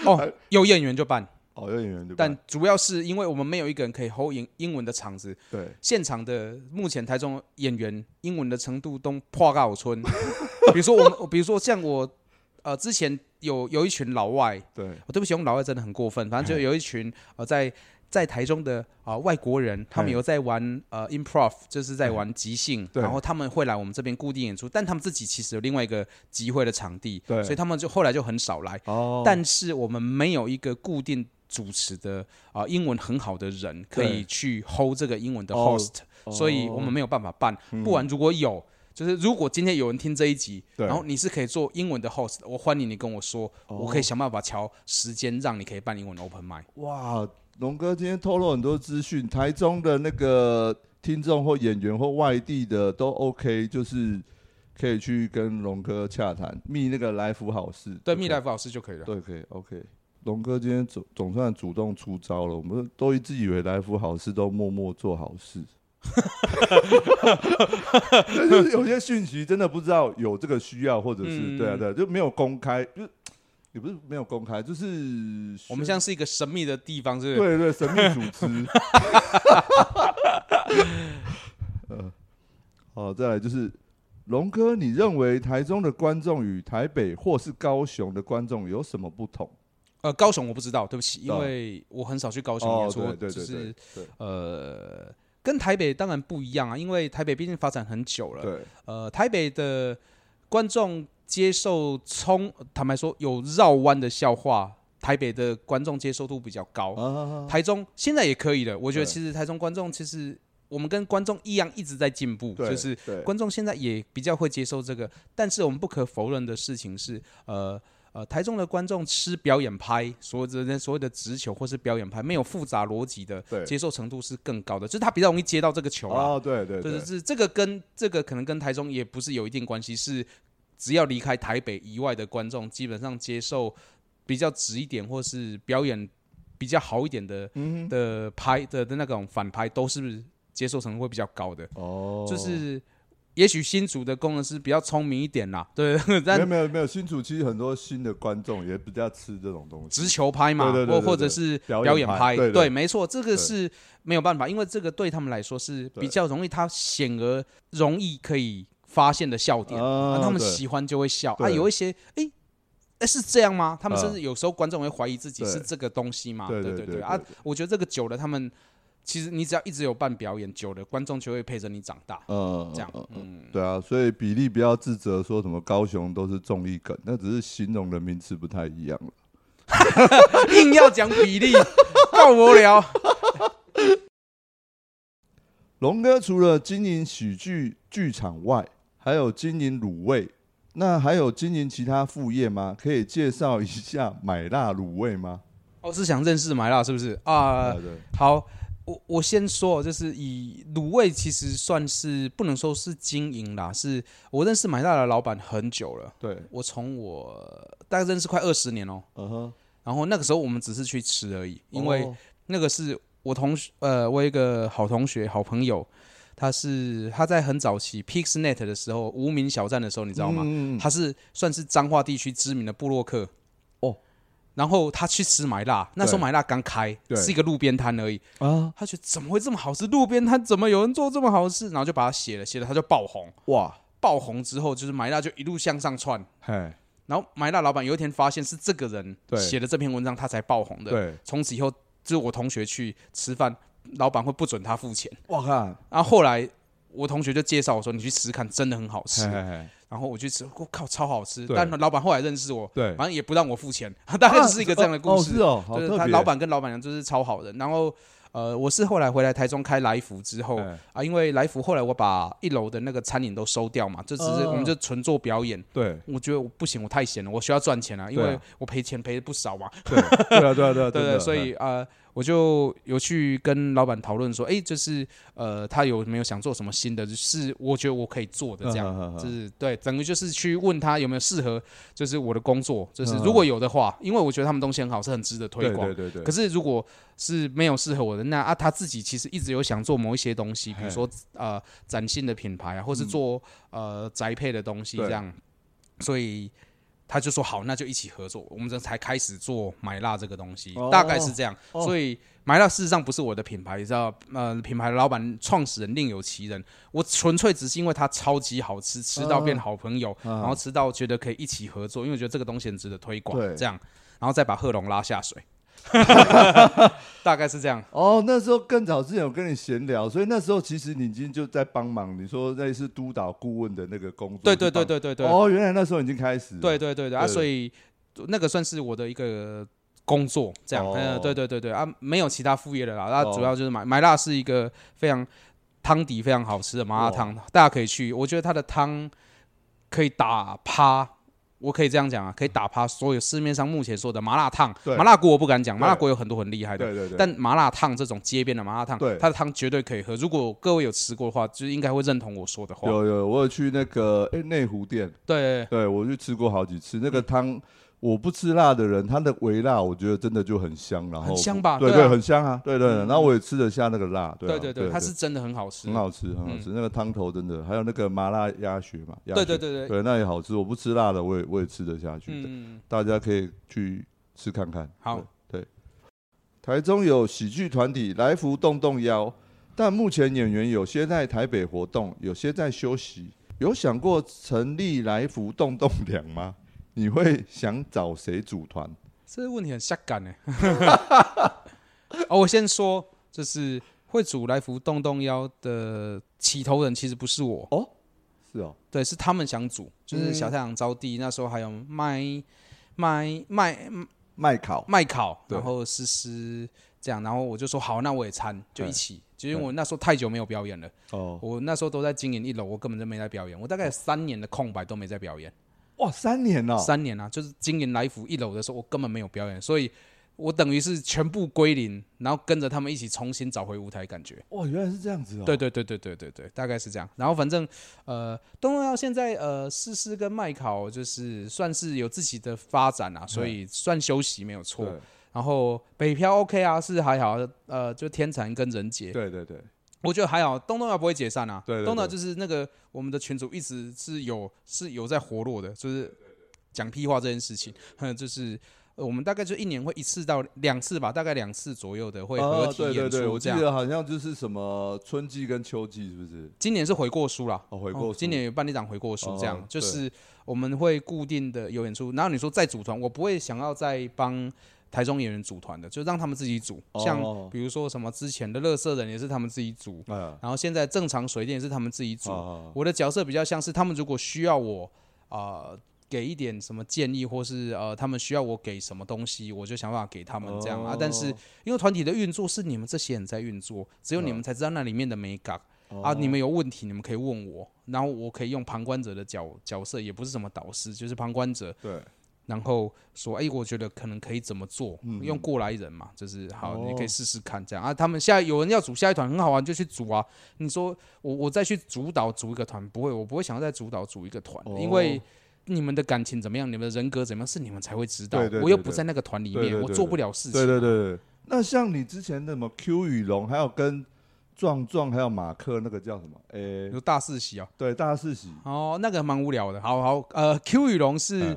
S4: 哦，有演员就办，
S3: 哦，有演员呃对吧？
S4: 但主要是因为我们没有一个人可以 hold 英英文的场子，
S3: 对，
S4: 现场的目前台中演员英文的程度都破到村。 比如说我们，比如说像我，呃，之前有有一群老外，哦
S3: 对，
S4: 我对不起，用老外真的很过分，反正
S3: 嗯
S4: 就有一群呃在在台中的啊、呃外国
S3: 嗯
S4: 人，他们有在玩呃 improv，就是在玩即兴，
S3: 对
S4: 然后他们会来我们这边固定演出，但他们自己其实有另外一个集会的场地，
S3: 对
S4: 所以他们就后来就很少来。
S3: 哦，
S4: 但是我们没有一个固定主持的啊、呃英文很好的人可以去 hold 这个英文的
S3: 哦
S4: host，、所以我们没有办法办。
S3: 嗯
S4: 不然如果有，就是如果今天有人听这一集，
S3: 对哦
S4: 然后你是可以做英文的 host，的我欢迎你跟我说，我可以想办法调时间让你可以办英文 open mic。
S3: 哇，龙哥今天透露很多资讯，台中的那个听众或演员或外地的都 OK，就是可以去跟龙哥洽谈，密那个来福好事，
S4: 对，蜜来福老师就可以了。
S3: 对，可以 OK。龙哥今天总总算主动出招了，我们都一直以为来福好事都默默做好 事，但是有些讯息真的不知道有这个需要，或者是、
S4: 嗯
S3: 对啊对啊，就没有公开，就也不是没有公开，就是
S4: 我们像是一个神秘的地方，是不
S3: 对
S4: 是？
S3: 对，神秘组 织。呃，好，再来就是龙哥，你认为台中的观众与台北或是高雄的观众有什么不同？
S4: 呃，高雄我不知道，对不起，因
S3: 对
S4: 为我很少去高雄
S3: 哦，
S4: 演出，
S3: 对对
S4: 只
S3: 对
S4: 是
S3: 对对
S4: 呃，跟台北当然不一样啊，因为台北毕竟发展很久了。
S3: 对，
S4: 呃，台北的观众接受冲，坦白说有绕弯的笑话，台北的观众接受度比较高。
S3: 啊，
S4: 台中现在也可以了，我觉得
S3: 对
S4: 其实台中观众其实我们跟观众一样一直在进步，
S3: 对
S4: 就是
S3: 对
S4: 观众现在也比较会接受这个。但是我们不可否认的事情是，呃。呃，台中的观众吃表演拍，所有的所有的直球或是表演拍，没有复杂逻辑的
S3: 对
S4: 接受程度是更高的，就是他比较容易接到这个球啦。
S3: 哦，对对
S4: 对
S3: 对
S4: 对，啊是这个跟这个可能跟台中也不是有一定关系，是只要离开台北以外的观众，基本上接受比较直一点或是表演比较好一点的、
S3: 嗯哼，
S4: 的拍的的那种反拍，都是接受程度会比较高的。
S3: 哦，
S4: 就是也许新竹的工程师比较聪明一点啦，对，
S3: 没
S4: 但
S3: 有没有没有，新主其实很多新的观众也比较吃这种东西，
S4: 直球拍嘛，
S3: 对对对对
S4: 或或者
S3: 对
S4: 是
S3: 表
S4: 表
S3: 演
S4: 演
S3: 拍
S4: 拍，
S3: 对对
S4: 没错，这
S3: 对
S4: 个是没有办法，因为这个对他们来说是
S3: 对
S4: 比较容易，他显而容易可以发现的笑点，
S3: 啊
S4: 啊他们
S3: 对
S4: 喜欢就会笑啊。
S3: 对
S4: 有一些诶，哎，是这样吗？他们甚
S3: 嗯
S4: 至有时候观众会怀疑自己
S3: 对
S4: 是这个东西吗？
S3: 对对
S4: 对
S3: 对对
S4: 啊
S3: 对，
S4: 我觉得这个久了，他们其实你只要一直有办表演，久了观众就会陪着你长大。
S3: 嗯，
S4: 这样
S3: 嗯，嗯
S4: 嗯，
S3: 对啊，所以比利不要自责说什么高雄都是综艺梗，那只是形容的名词不太一样了。
S4: 硬要讲比例， 够无聊。
S3: 龙哥除了经营喜剧剧场外，还有经营卤味，那还有经营其他副业吗？可以介绍一下买辣卤味吗？
S4: 我是想认识埋辣，是不是啊？
S3: 对，
S4: 好，我我先说，就是以卤味其实算是不能说是经营啦，是我认识买大的老板很久了，
S3: 对，
S4: 我从我大概认识快二十年哦、
S3: 嗯哼，
S4: 然后那个时候我们只是去吃而已，因为
S3: 哦
S4: 那个是我同学，呃，我有一个好同学、好朋友，他是他在很早期 PixNet 的时候，无名小站的时候，你知道吗？
S3: 嗯
S4: 他是算是彰化地区知名的部落客
S3: 哦。
S4: 然后他去吃买辣，那时候
S3: 对
S4: 买辣刚开，
S3: 对
S4: 是一个路边摊而已。
S3: 啊，
S4: 他觉得怎么会这么好吃？路边摊怎么有人做这么好吃？然后就把它写了，写了他就爆红，
S3: 哇，
S4: 爆红之后就是买辣就一路向上窜。
S3: 嘿，
S4: 然后买辣老板有一天发现是这个人
S3: 对
S4: 写的这篇文章，他才爆红的。
S3: 对，
S4: 从此以后，就是我同学去吃饭，老板会不准他付钱。
S3: 哇看，
S4: 然后后来我同学就介绍我说：“你去试试看，真的很好吃。
S3: 嘿嘿嘿，
S4: 然后我去吃，我靠，超好吃！
S3: 对
S4: 但老板后来认识我，
S3: 对
S4: 反正也不让我付钱， 大概就是一个这样的故
S3: 啊
S4: 事。
S3: 哦，是哦，好
S4: 就是
S3: 特
S4: 他
S3: 别，
S4: 老板跟老板娘就是超好人。然后呃，我是后来回来台中开来福之后、
S3: 哎
S4: 啊，因为来福后来我把一楼的那个餐饮都收掉嘛，就只是
S3: 哦
S4: 我们就纯做表演。
S3: 对
S4: 我觉得我不行，我太闲了，我需要赚钱啊，因
S3: 对啊
S4: 为我赔钱赔的不少嘛。
S3: 对对啊对啊对啊
S4: 对
S3: 真
S4: 对，
S3: 的
S4: 所以呃，我就有去跟老板讨论说，哎，就是呃，他有没有想做什么新的，是我觉得我可以做的这样，
S3: 嗯嗯嗯嗯
S4: 就是对，等于就是去问他有没有适合，就是我的工作，就是
S3: 嗯嗯
S4: 如果有的话，因为我觉得他们东西很好，是很值得推
S3: 对
S4: 广
S3: 对。对对，
S4: 可
S3: 是
S4: 是如果是没有适合我的，那啊他自己其实一直有想做某一些东西，比如说呃崭新的品牌啊，或是做、呃宅配的东西
S3: 嗯对
S4: 这样，所以他就说好，那就一起合作，我们这才开始做买辣这个东西，
S3: 哦
S4: 大概是这样。
S3: 哦
S4: 所以买辣事实上不是我的品牌，你知道，呃，品牌的老板创始人另有其人，我纯粹只是因为它超级好吃，吃到变好朋友，
S3: 嗯
S4: 然后吃到觉得可以一起合作，因为我觉得这个东西很值得推广
S3: 对，
S4: 这样，然后再把贺龙拉下水，大概是这样。
S3: 哦，那时候更早之前有跟你闲聊，所以那时候其实你已经就在帮忙，你说类似督导顾问的那个工作，
S4: 对
S3: 去
S4: 对对
S3: 帮
S4: 对对对，
S3: 哦，原来那时候已经开始了，
S4: 对对对对啊，
S3: 对
S4: 所以那个算是我的一个工作，这样，
S3: 哦
S4: 呃，对对对对啊，没有其他副业的啦，那
S3: 哦
S4: 主要就是买买辣是一个非常汤底非常好吃的麻辣
S3: 哦
S4: 烫，大家可以去，我觉得它的汤可以打趴。我可以这样讲啊，可以打趴所有市面上目前说的麻辣烫、
S3: 对
S4: 麻辣锅，我不敢讲，
S3: 对
S4: 麻辣锅有很多很厉害的，
S3: 对对对，
S4: 但麻辣烫这种街边的麻辣烫
S3: 对，
S4: 它的汤绝对可以喝。如果各位有吃过的话，就应该会认同我说的话。
S3: 有有，我有去那个哎内湖店，
S4: 对，
S3: 对我去吃过好几次，那个汤。我不吃辣的人，它的微辣我觉得真的就很香，然后
S4: 很香吧
S3: 对
S4: 对啊
S3: 很香啊，对对对。然后我也吃得下那个辣，对啊
S4: 对
S3: 对
S4: 对对，它是真的很好吃嗯
S3: 很。好吃，很好吃。那个汤头真的，还有那个麻辣鸭血嘛，鸭血
S4: 对对对对
S3: 对，那也好吃。我不吃辣的，我也我也吃得下去的。
S4: 嗯，
S3: 大家可以去吃看看。
S4: 好
S3: 对，对台中有喜剧团体来福动动腰，但目前演员有些在台北活动，有些在休息。有想过成立来福动动两吗？ 你会想找谁组团？
S4: 这个问题很下感呢。 哦，我先说，就是会组来福动动腰的起头人其实不是我，
S3: 是哦，
S4: 对，是他们想组，
S3: 嗯
S4: 就是小太阳招娣那时候还有麦麦麦
S3: 麦考
S4: 麦考，
S3: 对
S4: 然后思思这样，然后我就说好，那我也参，就一起。就因为
S3: 对
S4: 我那时候太久没有表演了，
S3: 哦，
S4: 我那时候都在经营一楼，我根本就没在表演，我大概有三年的空白都没在表演。
S3: 哇，三年哦，
S4: 三年啊，就是经营来福一楼的时候，我根本没有表演，所以我等于是全部归零，然后跟着他们一起重新找回舞台感觉。
S3: 哇，原来是这样子哦。
S4: 对对对对对对对，大概是这样。然后反正呃，东东耀现在呃，思思跟麦考就是算是有自己的发展啊，所以算休息没有错。然后北漂 OK 啊，是还好，呃，就天蚕跟人杰，
S3: 对对对对，
S4: 我觉得还好，东东耀不会解散啊。
S3: 对对对
S4: 东东耀就是那个我们的群主一直是有是有在活络的，就是讲屁话这件事情，哼，就是。呃我们大概就一年会一次到两次吧，大概两次左右的会合
S3: 啊，
S4: 体
S3: 对对
S4: 演
S3: 对，
S4: 出
S3: 我记
S4: 这样。
S3: 得好像就是什么春季跟秋季，是不是？
S4: 今年是回过书啦，
S3: 哦回过书
S4: 今年有办理长回过书，这样、
S3: 哦
S4: 就
S3: 对
S4: 是我们会固定的有演出。然后你说再组团，我不会想要再帮台中演员组团的，就让他们自己组。
S3: 哦
S4: 像比如说什么之前的乐色人也是他们自己组，
S3: 哎，
S4: 然后现在正常水电也是他们自己组。
S3: 啊，
S4: 我的角色比较像是他们如果需要我啊、呃给一点什么建议，或是呃他们需要我给什么东西，我就想办法给他们这样、啊。但是
S3: 哦
S4: 因为团体的运作是你们这些人在运作，只有你们才知道那里面的美感、啊。
S3: 哦
S4: 你们有问题，你们可以问我，然后我可以用旁观者的角角色，也不是什么导师，就是旁观者，
S3: 对，
S4: 然后说，哎、我觉得可能可以怎么做，
S3: 嗯
S4: 用过来人嘛，就是好，
S3: 哦
S4: 你可以试试看这样啊。他们下有人要组下一团很好玩，就去组啊。你说我我再去主导组一个团，不会，我不会想要再主导组一个团，
S3: 哦
S4: 因为你们的感情怎么样，你们的人格怎么样，是你们才会知道。
S3: 对对对
S4: 我又不在那个团里面，
S3: 对对对
S4: 我做不了事情。啊
S3: 对对对对。那像你之前的什么 Q 与龙，还有跟壮壮，还有马克，那个叫什么？诶
S4: 你，说大四喜啊，
S3: 对，大四喜。
S4: 哦，那个蛮无聊的。好好，呃，Q 与龙是、
S3: 哎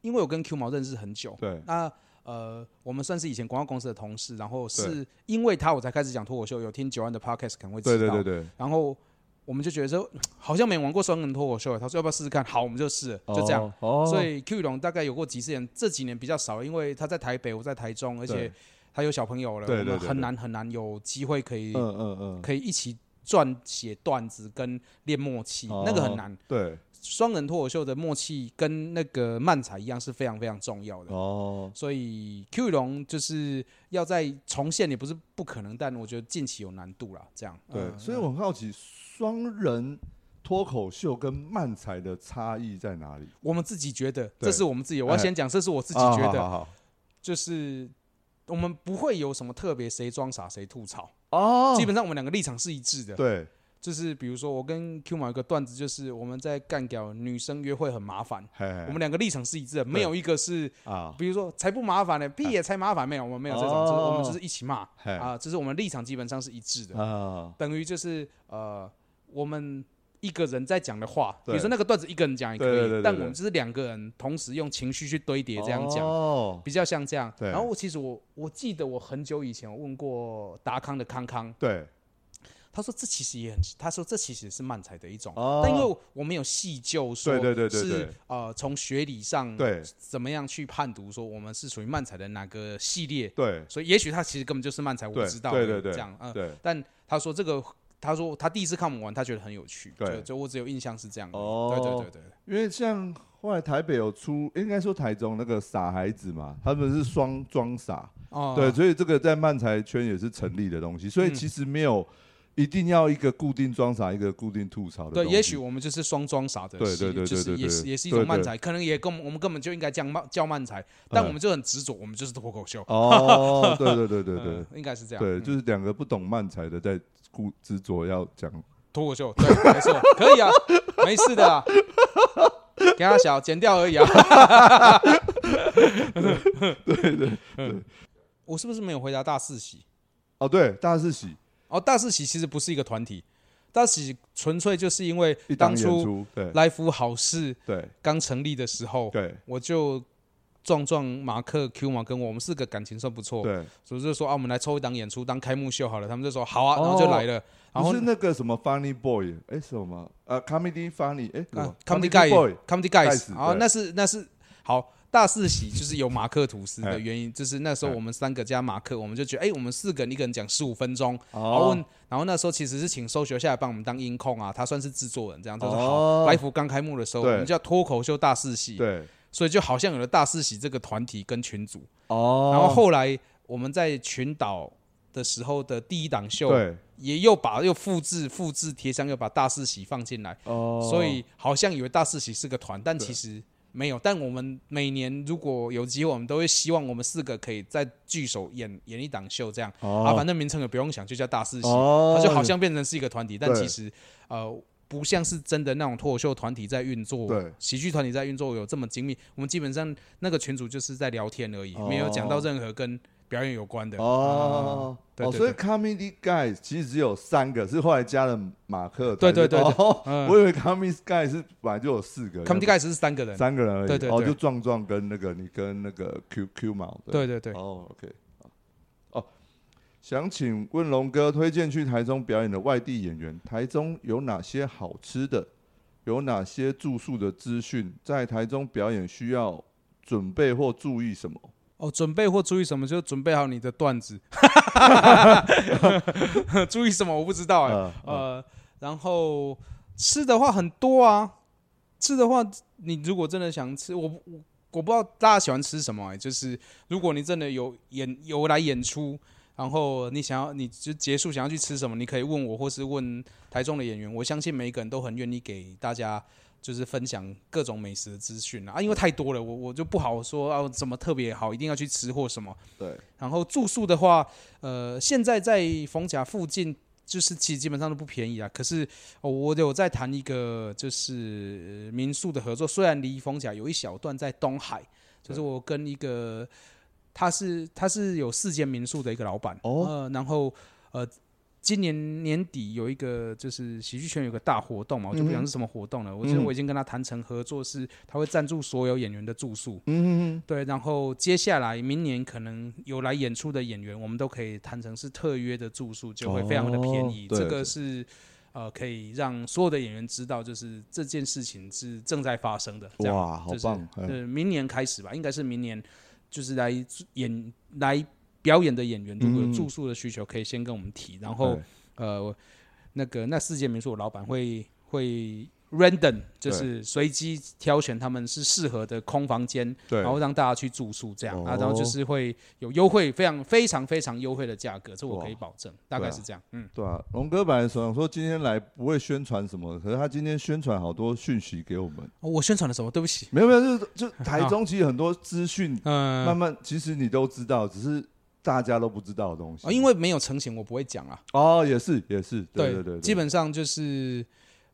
S4: 因为我跟 Q 毛认识很久，
S3: 对，
S4: 那呃，我们算是以前广告公司的同事，然后是因为他我才开始讲脱口秀，有听九安的 podcast 可能会知道。
S3: 对对对对，
S4: 然后我们就觉得说，好像没玩过双人脱口秀，他说要不要试试看？好，我们就试了，就这样。
S3: 哦。哦，
S4: 所以 Q 龙大概有过几次演，这几年比较少，因为他在台北，我在台中，而且
S3: 对
S4: 他有小朋友了，
S3: 对对
S4: 我
S3: 对
S4: 们
S3: 对
S4: 很难很难有机会可以、
S3: 嗯嗯嗯，
S4: 可以一起撰写段子跟练默契，那个很
S3: 哦
S4: 难。
S3: 对，
S4: 双人脱口秀的默契跟那个漫才一样是非常非常重要的。
S3: 哦，
S4: 所以 Q 龙就是要再重现也不是不可能，但我觉得近期有难度啦。这样，
S3: 对，
S4: 嗯
S3: 所以我很好奇，双人脱口秀跟漫才的差异在哪里？
S4: 我们自己觉得，
S3: 对
S4: 这是我们自己，我要
S3: 哎
S4: 先讲，这是我自
S3: 自
S4: 己觉
S3: 好
S4: 得，
S3: 啊好
S4: 就是我们不会有什么特别谁装傻谁吐槽，
S3: 哦，
S4: 基本上我们两个立场是一致的。
S3: 对，
S4: 就是比如说我跟 Q 某一个段子，就是我们在干掉女生约会很麻烦，
S3: 嘿嘿
S4: 我们两个立场是一致的，没有一个是
S3: 啊，
S4: 比如说才不麻烦呢，屁也才麻烦没有，我们没有这种，
S3: 哦
S4: 就是我们就是一起骂
S3: 嘿
S4: 啊，就是我们立场基本上是一致的。
S3: 啊，
S4: 等于就是呃，我们一个人在讲的话，比
S3: 对
S4: 如说那个段子一个人讲也可以，
S3: 对对对对
S4: 但
S3: 对
S4: 我们就是两个人同时用情绪去堆叠这样讲。
S3: 哦，
S4: 比较像这样，
S3: 对
S4: 然后我其实我我记得我很久以前我问过达康的康康，
S3: 对，
S4: 他说这其实也很，他说这其实是漫才的一种，
S3: 哦
S4: 但因为我没有细究说，
S3: 对对对对对
S4: 是呃从学理上
S3: 对
S4: 怎么样去判读说我们是属于漫才的哪个系列，
S3: 对，
S4: 所以也许他其实根本就是漫才，我不
S3: 对
S4: 知道
S3: 对
S4: 而已
S3: 对对
S4: 这样，嗯，
S3: 对，
S4: 但他说这个，他说他第一次看我们玩，他觉得很有趣，
S3: 对
S4: 就就我只有印象是这样而已。
S3: 哦
S4: 对对对
S3: 因
S4: 对，
S3: 为像后来台北有出，应该说台中那个傻孩子嘛，他们是双装傻，
S4: 哦，
S3: 对，所以这个在漫才圈也是成立的东西，所以
S4: 嗯
S3: 其实没有一定要一个固定装傻，一个固定吐槽的东
S4: 对，
S3: 西，
S4: 也许我们就是双装傻的
S3: 对
S4: 系列，
S3: 对对对
S4: 就是
S3: 对对
S4: 也是也是一
S3: 对嗯
S4: 种
S3: 对
S4: 漫才，可能也跟我们我们根本就应该叫漫叫漫才，但我们就很执着，我们就是脱口秀。
S3: 哦，对对对对 对
S4: 嗯，应该是这样。
S3: 对，
S4: 嗯
S3: 就是两个不懂漫才的在固执着要讲，
S4: 脱口秀，对，没错，可以啊，没事的啊。给他小剪掉而已啊。
S3: 对对
S4: 嗯我是不是没有回答大四喜？
S3: 哦，对，大家是喜
S4: 哦，大四喜其实不是一个团体，大四喜纯粹就是因为
S3: 一档
S4: 当
S3: 演
S4: 初哦
S3: 出，对
S4: 来福好事
S3: 对
S4: 刚成立的时候，
S3: 对
S4: 我就壮壮、马克、Q 嘛跟我，我们四个感情算不错，
S3: 对，
S4: 所以就说啊，我们来抽一档演出当开幕秀好了。他们就说好啊，
S3: 哦
S4: 然后就来了。然
S3: 不
S4: 后
S3: 是那个什么 Funny Boy，哎什么呃 Comedy Funny，哎什么
S4: 啊，Comedy
S3: Boy，
S4: Guys，Comedy Guys，
S3: Guys，
S4: 然后
S3: 对
S4: 那是那是好。大四喜就是有马克吐司的
S3: 哎
S4: 原因，就是那时候我们三个加马克，我们就觉得，哎、我们四个人一个人讲十五分钟，
S3: 哦
S4: 然后问，然后那时候其实是请搜学下来帮我们当音控啊，他算是制作人，这样就是好。
S3: 哦
S4: 来福刚开幕的时候，我
S3: 对
S4: 们叫脱口秀大四喜，
S3: 对
S4: 所以就好像有了大四喜这个团体跟群组。
S3: 哦
S4: 然后后来我们在群岛的时候的第一档秀，
S3: 对
S4: 也又把又复制复制贴上，又把大四喜放进来，
S3: 哦，
S4: 所以好像以为大四喜是个团，但
S3: 对
S4: 其实没有。但我们每年如果有机会，我们都会希望我们四个可以再聚首演演一档秀，这样、
S3: 哦
S4: 啊，反正名称也不用想，就叫大四喜，
S3: 哦
S4: 它就好像变成是一个团体，但
S3: 对
S4: 其实呃。不像是真的那种脱口秀团体在运作
S3: 对，
S4: 喜剧团体在运作有这么精密。我们基本上那个群组就是在聊天而已，
S3: 哦
S4: 没有讲到任何跟表演有关 的。
S3: 哦
S4: 啊，对
S3: 哦，
S4: 对
S3: 所以
S4: 对
S3: comedy guy 其实只有三个，是后来加了马克才
S4: 对
S3: 是。
S4: 对对对
S3: 哦
S4: 嗯
S3: 我以为 comedy guy 是本来就有四个
S4: Comedy Guy 只是三个人，
S3: 三个人而已。
S4: 对对
S3: 哦，
S4: 对
S3: 就壮壮跟那个你跟那个 QQ 毛。
S4: 对对对，
S3: 哦，OK，好哦，想请问龙哥推荐去台中表演的外地演员，台中有哪些好吃的？有哪些住宿的资讯？在台中表演需要准备或注意什么？
S4: 哦，准备或注意什么？就准备好你的 段子。 注意什么？我不知道哎、
S3: 呃
S4: 呃，然后吃的话很多啊，吃的话，你如果真的想吃，我不我我不知道大家喜欢吃什么、欸，就是如果你真的有演有来演出，然后你想要你就结束想要去吃什么，你可以问我，或是问台中的演员，我相信每一个人都很愿意给大家。就是分享各种美食的资讯啊，啊因为太多了，我我就不好说啊，怎么特别好，一定要去吃或什么。
S3: 对，
S4: 然后住宿的话，呃，现在在逢甲附近，就是其实基本上都不便宜啊。可是、哦我有在谈一个就是、呃民宿的合作，虽然离逢甲有一小段在东海，就是我跟一个他是他是有四间民宿的一个老板，
S3: 哦
S4: 呃，然后呃。今年年底有一个就是喜剧圈有个大活动嘛，我就不
S3: 嗯
S4: 讲
S3: 哼
S4: 是什么活动了。我觉得
S3: 嗯
S4: 我已经跟他谈成合作，是他会赞助所有演员的住宿，
S3: 嗯，
S4: 对，然后接下来明年可能有来演出的演员，我们都可以谈成是特约的住宿，就会非常的便宜。
S3: 哦对
S4: 这
S3: 对
S4: 个是呃，可以让所有的演员知道，就是这件事情是正在发生的。这样
S3: 哇，好
S4: 就是
S3: 棒！嗯
S4: 呃，明年开始吧，应该是明年，就是来演来表演的演员，如果有
S3: 嗯
S4: 住宿的需求，可以先跟我们提。然后
S3: 对
S4: 呃，我那个那四间民宿的老板会会 random，就是随机挑选他们是适合的空房间，
S3: 对
S4: 然后让大家去住宿这样、啊，
S3: 哦
S4: 然后就是会有优惠，非常非常非常优惠的价格，这我
S3: 哇
S4: 可以保证，大概是这样。嗯，
S3: 对啊，龙哥本来想说今天来不会宣传什么，可是他今天宣传好多讯息给我们。
S4: 哦我宣传了什么？对不 起，
S3: 没有没有，就是就台中其实很多资讯，
S4: 嗯、
S3: 慢慢其实你都知道，只是大家都不知道的东西。
S4: 哦因为没有成型，我不会讲啊。
S3: 哦，也是也是，对对对，
S4: 基本上就是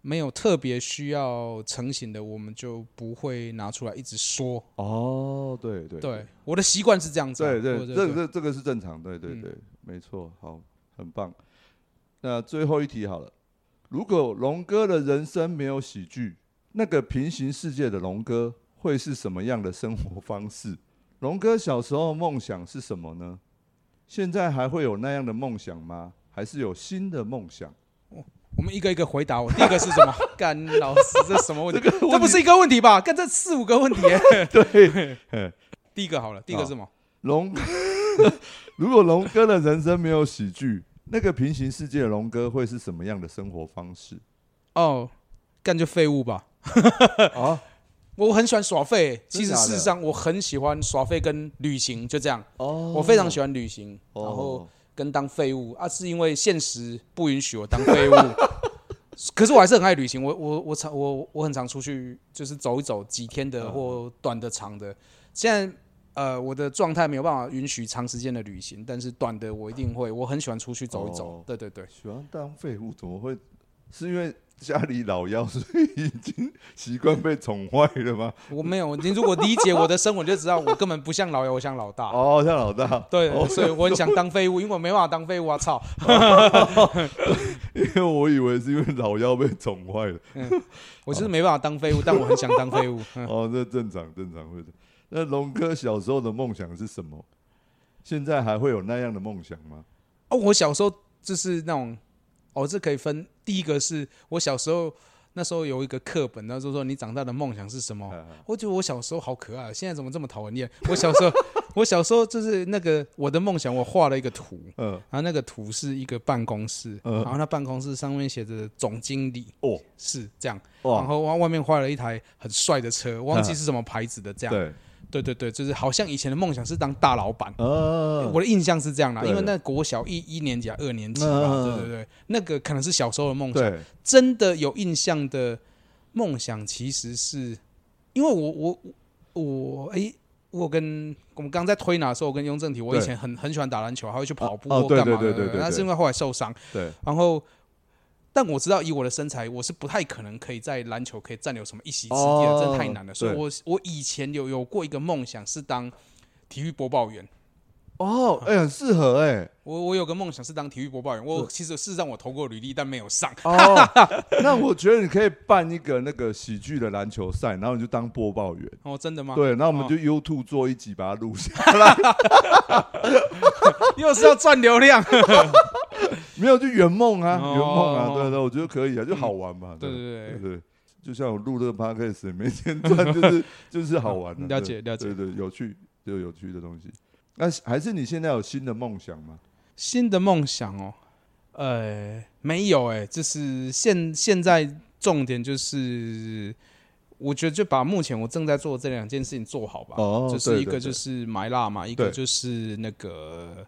S4: 没有特别需要成型的，我们就不会拿出来一直说。
S3: 哦，对对
S4: 对，我的习惯是这样子啊、
S3: 对对，
S4: 我
S3: 这个这这个是正常，对对
S4: 嗯
S3: 对，没错，好，很棒。那最后一题好了，如果龙哥的人生没有喜剧，那个平行世界的龙哥会是什么样的生活方式？ 龙哥小时候梦想是什么呢？现在还会有那样的梦想吗？还是有新的梦 想？
S4: 我们一个一个回答。我第一个是 什么？干老师，这什么问题？这
S3: 问题
S4: 不是一个问题吧？干这四五个问题耶。
S3: 对，嘿
S4: 第一个好了，第一个是什么？
S3: 龙， 如果龙哥的人生没有喜剧，那个平行世界的龙哥会是什么样的生活方式？
S4: 哦，干就废物吧。
S3: 啊，
S4: 我很喜欢耍废，其实
S3: 真假的
S4: 事实上我很喜欢耍废跟旅行，就这样。
S3: 哦
S4: 我非常喜欢旅行，然后
S3: 哦
S4: 跟当废物啊，是因为现实不允许我当废物。 可是我还是很爱旅行，我我我常我我很常出去，就是走一走，几天
S3: 嗯
S4: 的或短的长的。现在呃，我的状态没有办法允许长时间的旅行，但是短的我一定会，我很喜欢出去走一走。
S3: 哦
S4: 对对对，
S3: 喜欢当废物，怎么会？是因为家里老幺，所以已经习惯被宠坏了吗？
S4: 我没有，你如果理解我的生活，你就知道我根本不像老幺，我像老大。
S3: 哦，像老大，
S4: 对，
S3: 哦
S4: 所以我很想当废物，因为我没办法当废物啊！操，
S3: 因为我以为是因为老幺被宠坏了。
S4: 我就是没办法当废物，但我很想当废物。 嗯
S3: 哦，这正常，正常会的。那龙哥小时候的梦想是什么？现在还会有那样的梦想吗？
S4: 哦，我小时候就是那种，哦，这可以分。第一个是我小时候那时候有一个课本，那时候说你长大的梦想是什么？
S3: 嗯
S4: 我觉得我小时候好可爱，啊现在怎么这么讨人厌？我小时候， 我小时候就是那个我的梦想，我画了一个图，
S3: 嗯，
S4: 然后那个图是一个办公室，
S3: 嗯
S4: 然后那办公室上面写着总经理
S3: 哦，
S4: 是这样，然
S3: 哇，
S4: 后外外面画了一台很帅 的车，忘记是什么牌子的这样。
S3: 对，
S4: 对对对，就是好像以前的梦想是当大老板。
S3: 呃，
S4: 我的印象是这样啦，
S3: 对
S4: 因为
S3: 对
S4: 那国小一一年级啊、二年级吧，
S3: 嗯
S4: 对对对，那个可能是小时候的梦想。
S3: 对，
S4: 真的有印象的梦想，其实是因为我我我我哎、我跟我们刚在推拿的时候，我跟雍正提，我以
S3: 对
S4: 前很很喜欢打篮球，还会去跑步
S3: 哦
S4: 或
S3: 对
S4: 干嘛
S3: 对对
S4: 的，
S3: 对对对
S4: 那是因为后来受伤，
S3: 对，
S4: 然后。但我知道，以我的身材，我是不太可能可以在篮球可以占有什么一席之地的，
S3: 哦
S4: 真的太难了。所以
S3: 对
S4: 我我以前有有过一个梦想是当体育播报员，
S3: 哦，哎、很适合哎、
S4: 我我有个梦想是当体育播报员，我其实事实上我投过履历，但没有上。
S3: 哦，那我觉得你可以办一个那个喜剧的篮球赛，然后你就当播报员。
S4: 哦，真的吗？
S3: 对，然后我们就 YouTube 做一集把它录下来，
S4: 又是要赚流量。
S3: 没有就圆梦啊，
S4: 哦嗯
S3: 圆梦啊，对对，我觉得可以啊，就好玩嘛。
S4: 对
S3: 对
S4: 对对
S3: 对，就像我录这个 podcast，每天 赚就是就是好玩啊。
S4: 了解
S3: 对
S4: 了解
S3: 对对，有趣就有趣的东西。那还是你现在有新的梦想吗？
S4: 新的梦想哦，呃，没有哎、就是现现在重点就是，我觉得就把目前我正在做的这两件事情做好吧。
S3: 哦
S4: 就是
S3: 对
S4: 一
S3: 对
S4: 个就
S3: 对
S4: 是埋辣嘛，一个
S3: 对
S4: 就是那个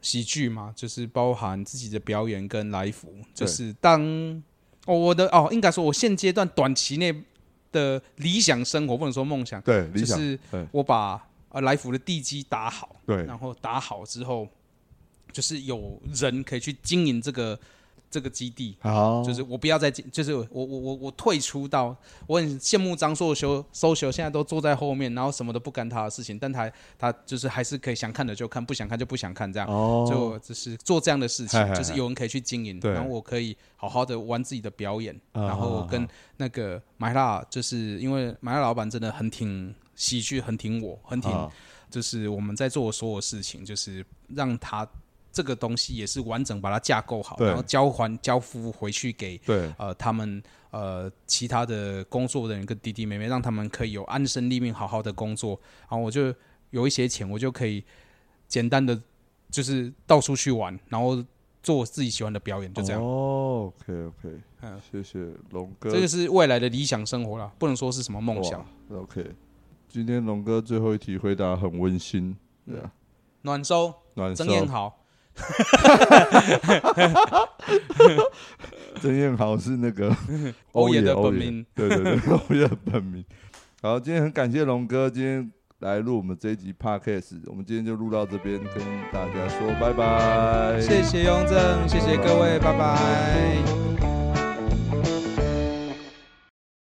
S4: 喜剧嘛，就是包含自己的表演跟来福，就
S3: 对
S4: 是当哦我的哦，应该说我现阶段短期内的理想生活，不能说梦想，
S3: 对，理
S4: 就
S3: 想。
S4: 是
S3: 对
S4: 我把呃来福的地基打好。
S3: 对
S4: 然后打好之后，就是有人可以去经营这个这个基地。
S3: 好，
S4: 就是我不要再进，就是我我我我退出到，我很羡慕张硕修收修现在都坐在后面，然后什么都不干他的事情，但他他就是还是可以想看的就看，不想看就不想看这样，
S3: 哦，
S4: 就就是做这样的事情，
S3: 嗨嗨
S4: 就是
S3: 嗨
S4: 有人可以去经营，
S3: 对
S4: 然后我可以好好的玩自己的表演，
S3: 啊
S4: 然后跟那个马拉，就是因为马拉老板真的很挺喜剧，很挺我，很挺
S3: 啊
S4: 就是我们在做的所有事情，就是让它这个东西也是完整把它架构好，
S3: 对
S4: 然后交还交付回去给
S3: 对
S4: 呃他们呃其他的工作人员跟弟弟妹妹，让他们可以有安身立命，好好的工作。然后我就有一些钱，我就可以简单的就是到处去玩，然后做自己喜欢的表演，就这样。
S3: 哦，OK OK，
S4: 嗯
S3: 谢谢龙哥，
S4: 这就是未来的理想生活啦，不能说是什么梦想。
S3: 哇。OK，今天龙哥最后一题回答很温馨，对啊，
S4: 暖收，
S3: 暖手
S4: 曾。彦豪，
S3: 曾彦豪是那个
S4: 欧爷的
S3: 欧
S4: 本名，
S3: 对对对， 欧爷的本名。好，今天很感谢龙哥今天来录我们这一集 podcast，我们今天就录到这边，跟大家说拜拜，
S4: 谢谢雍正，谢谢各位，拜拜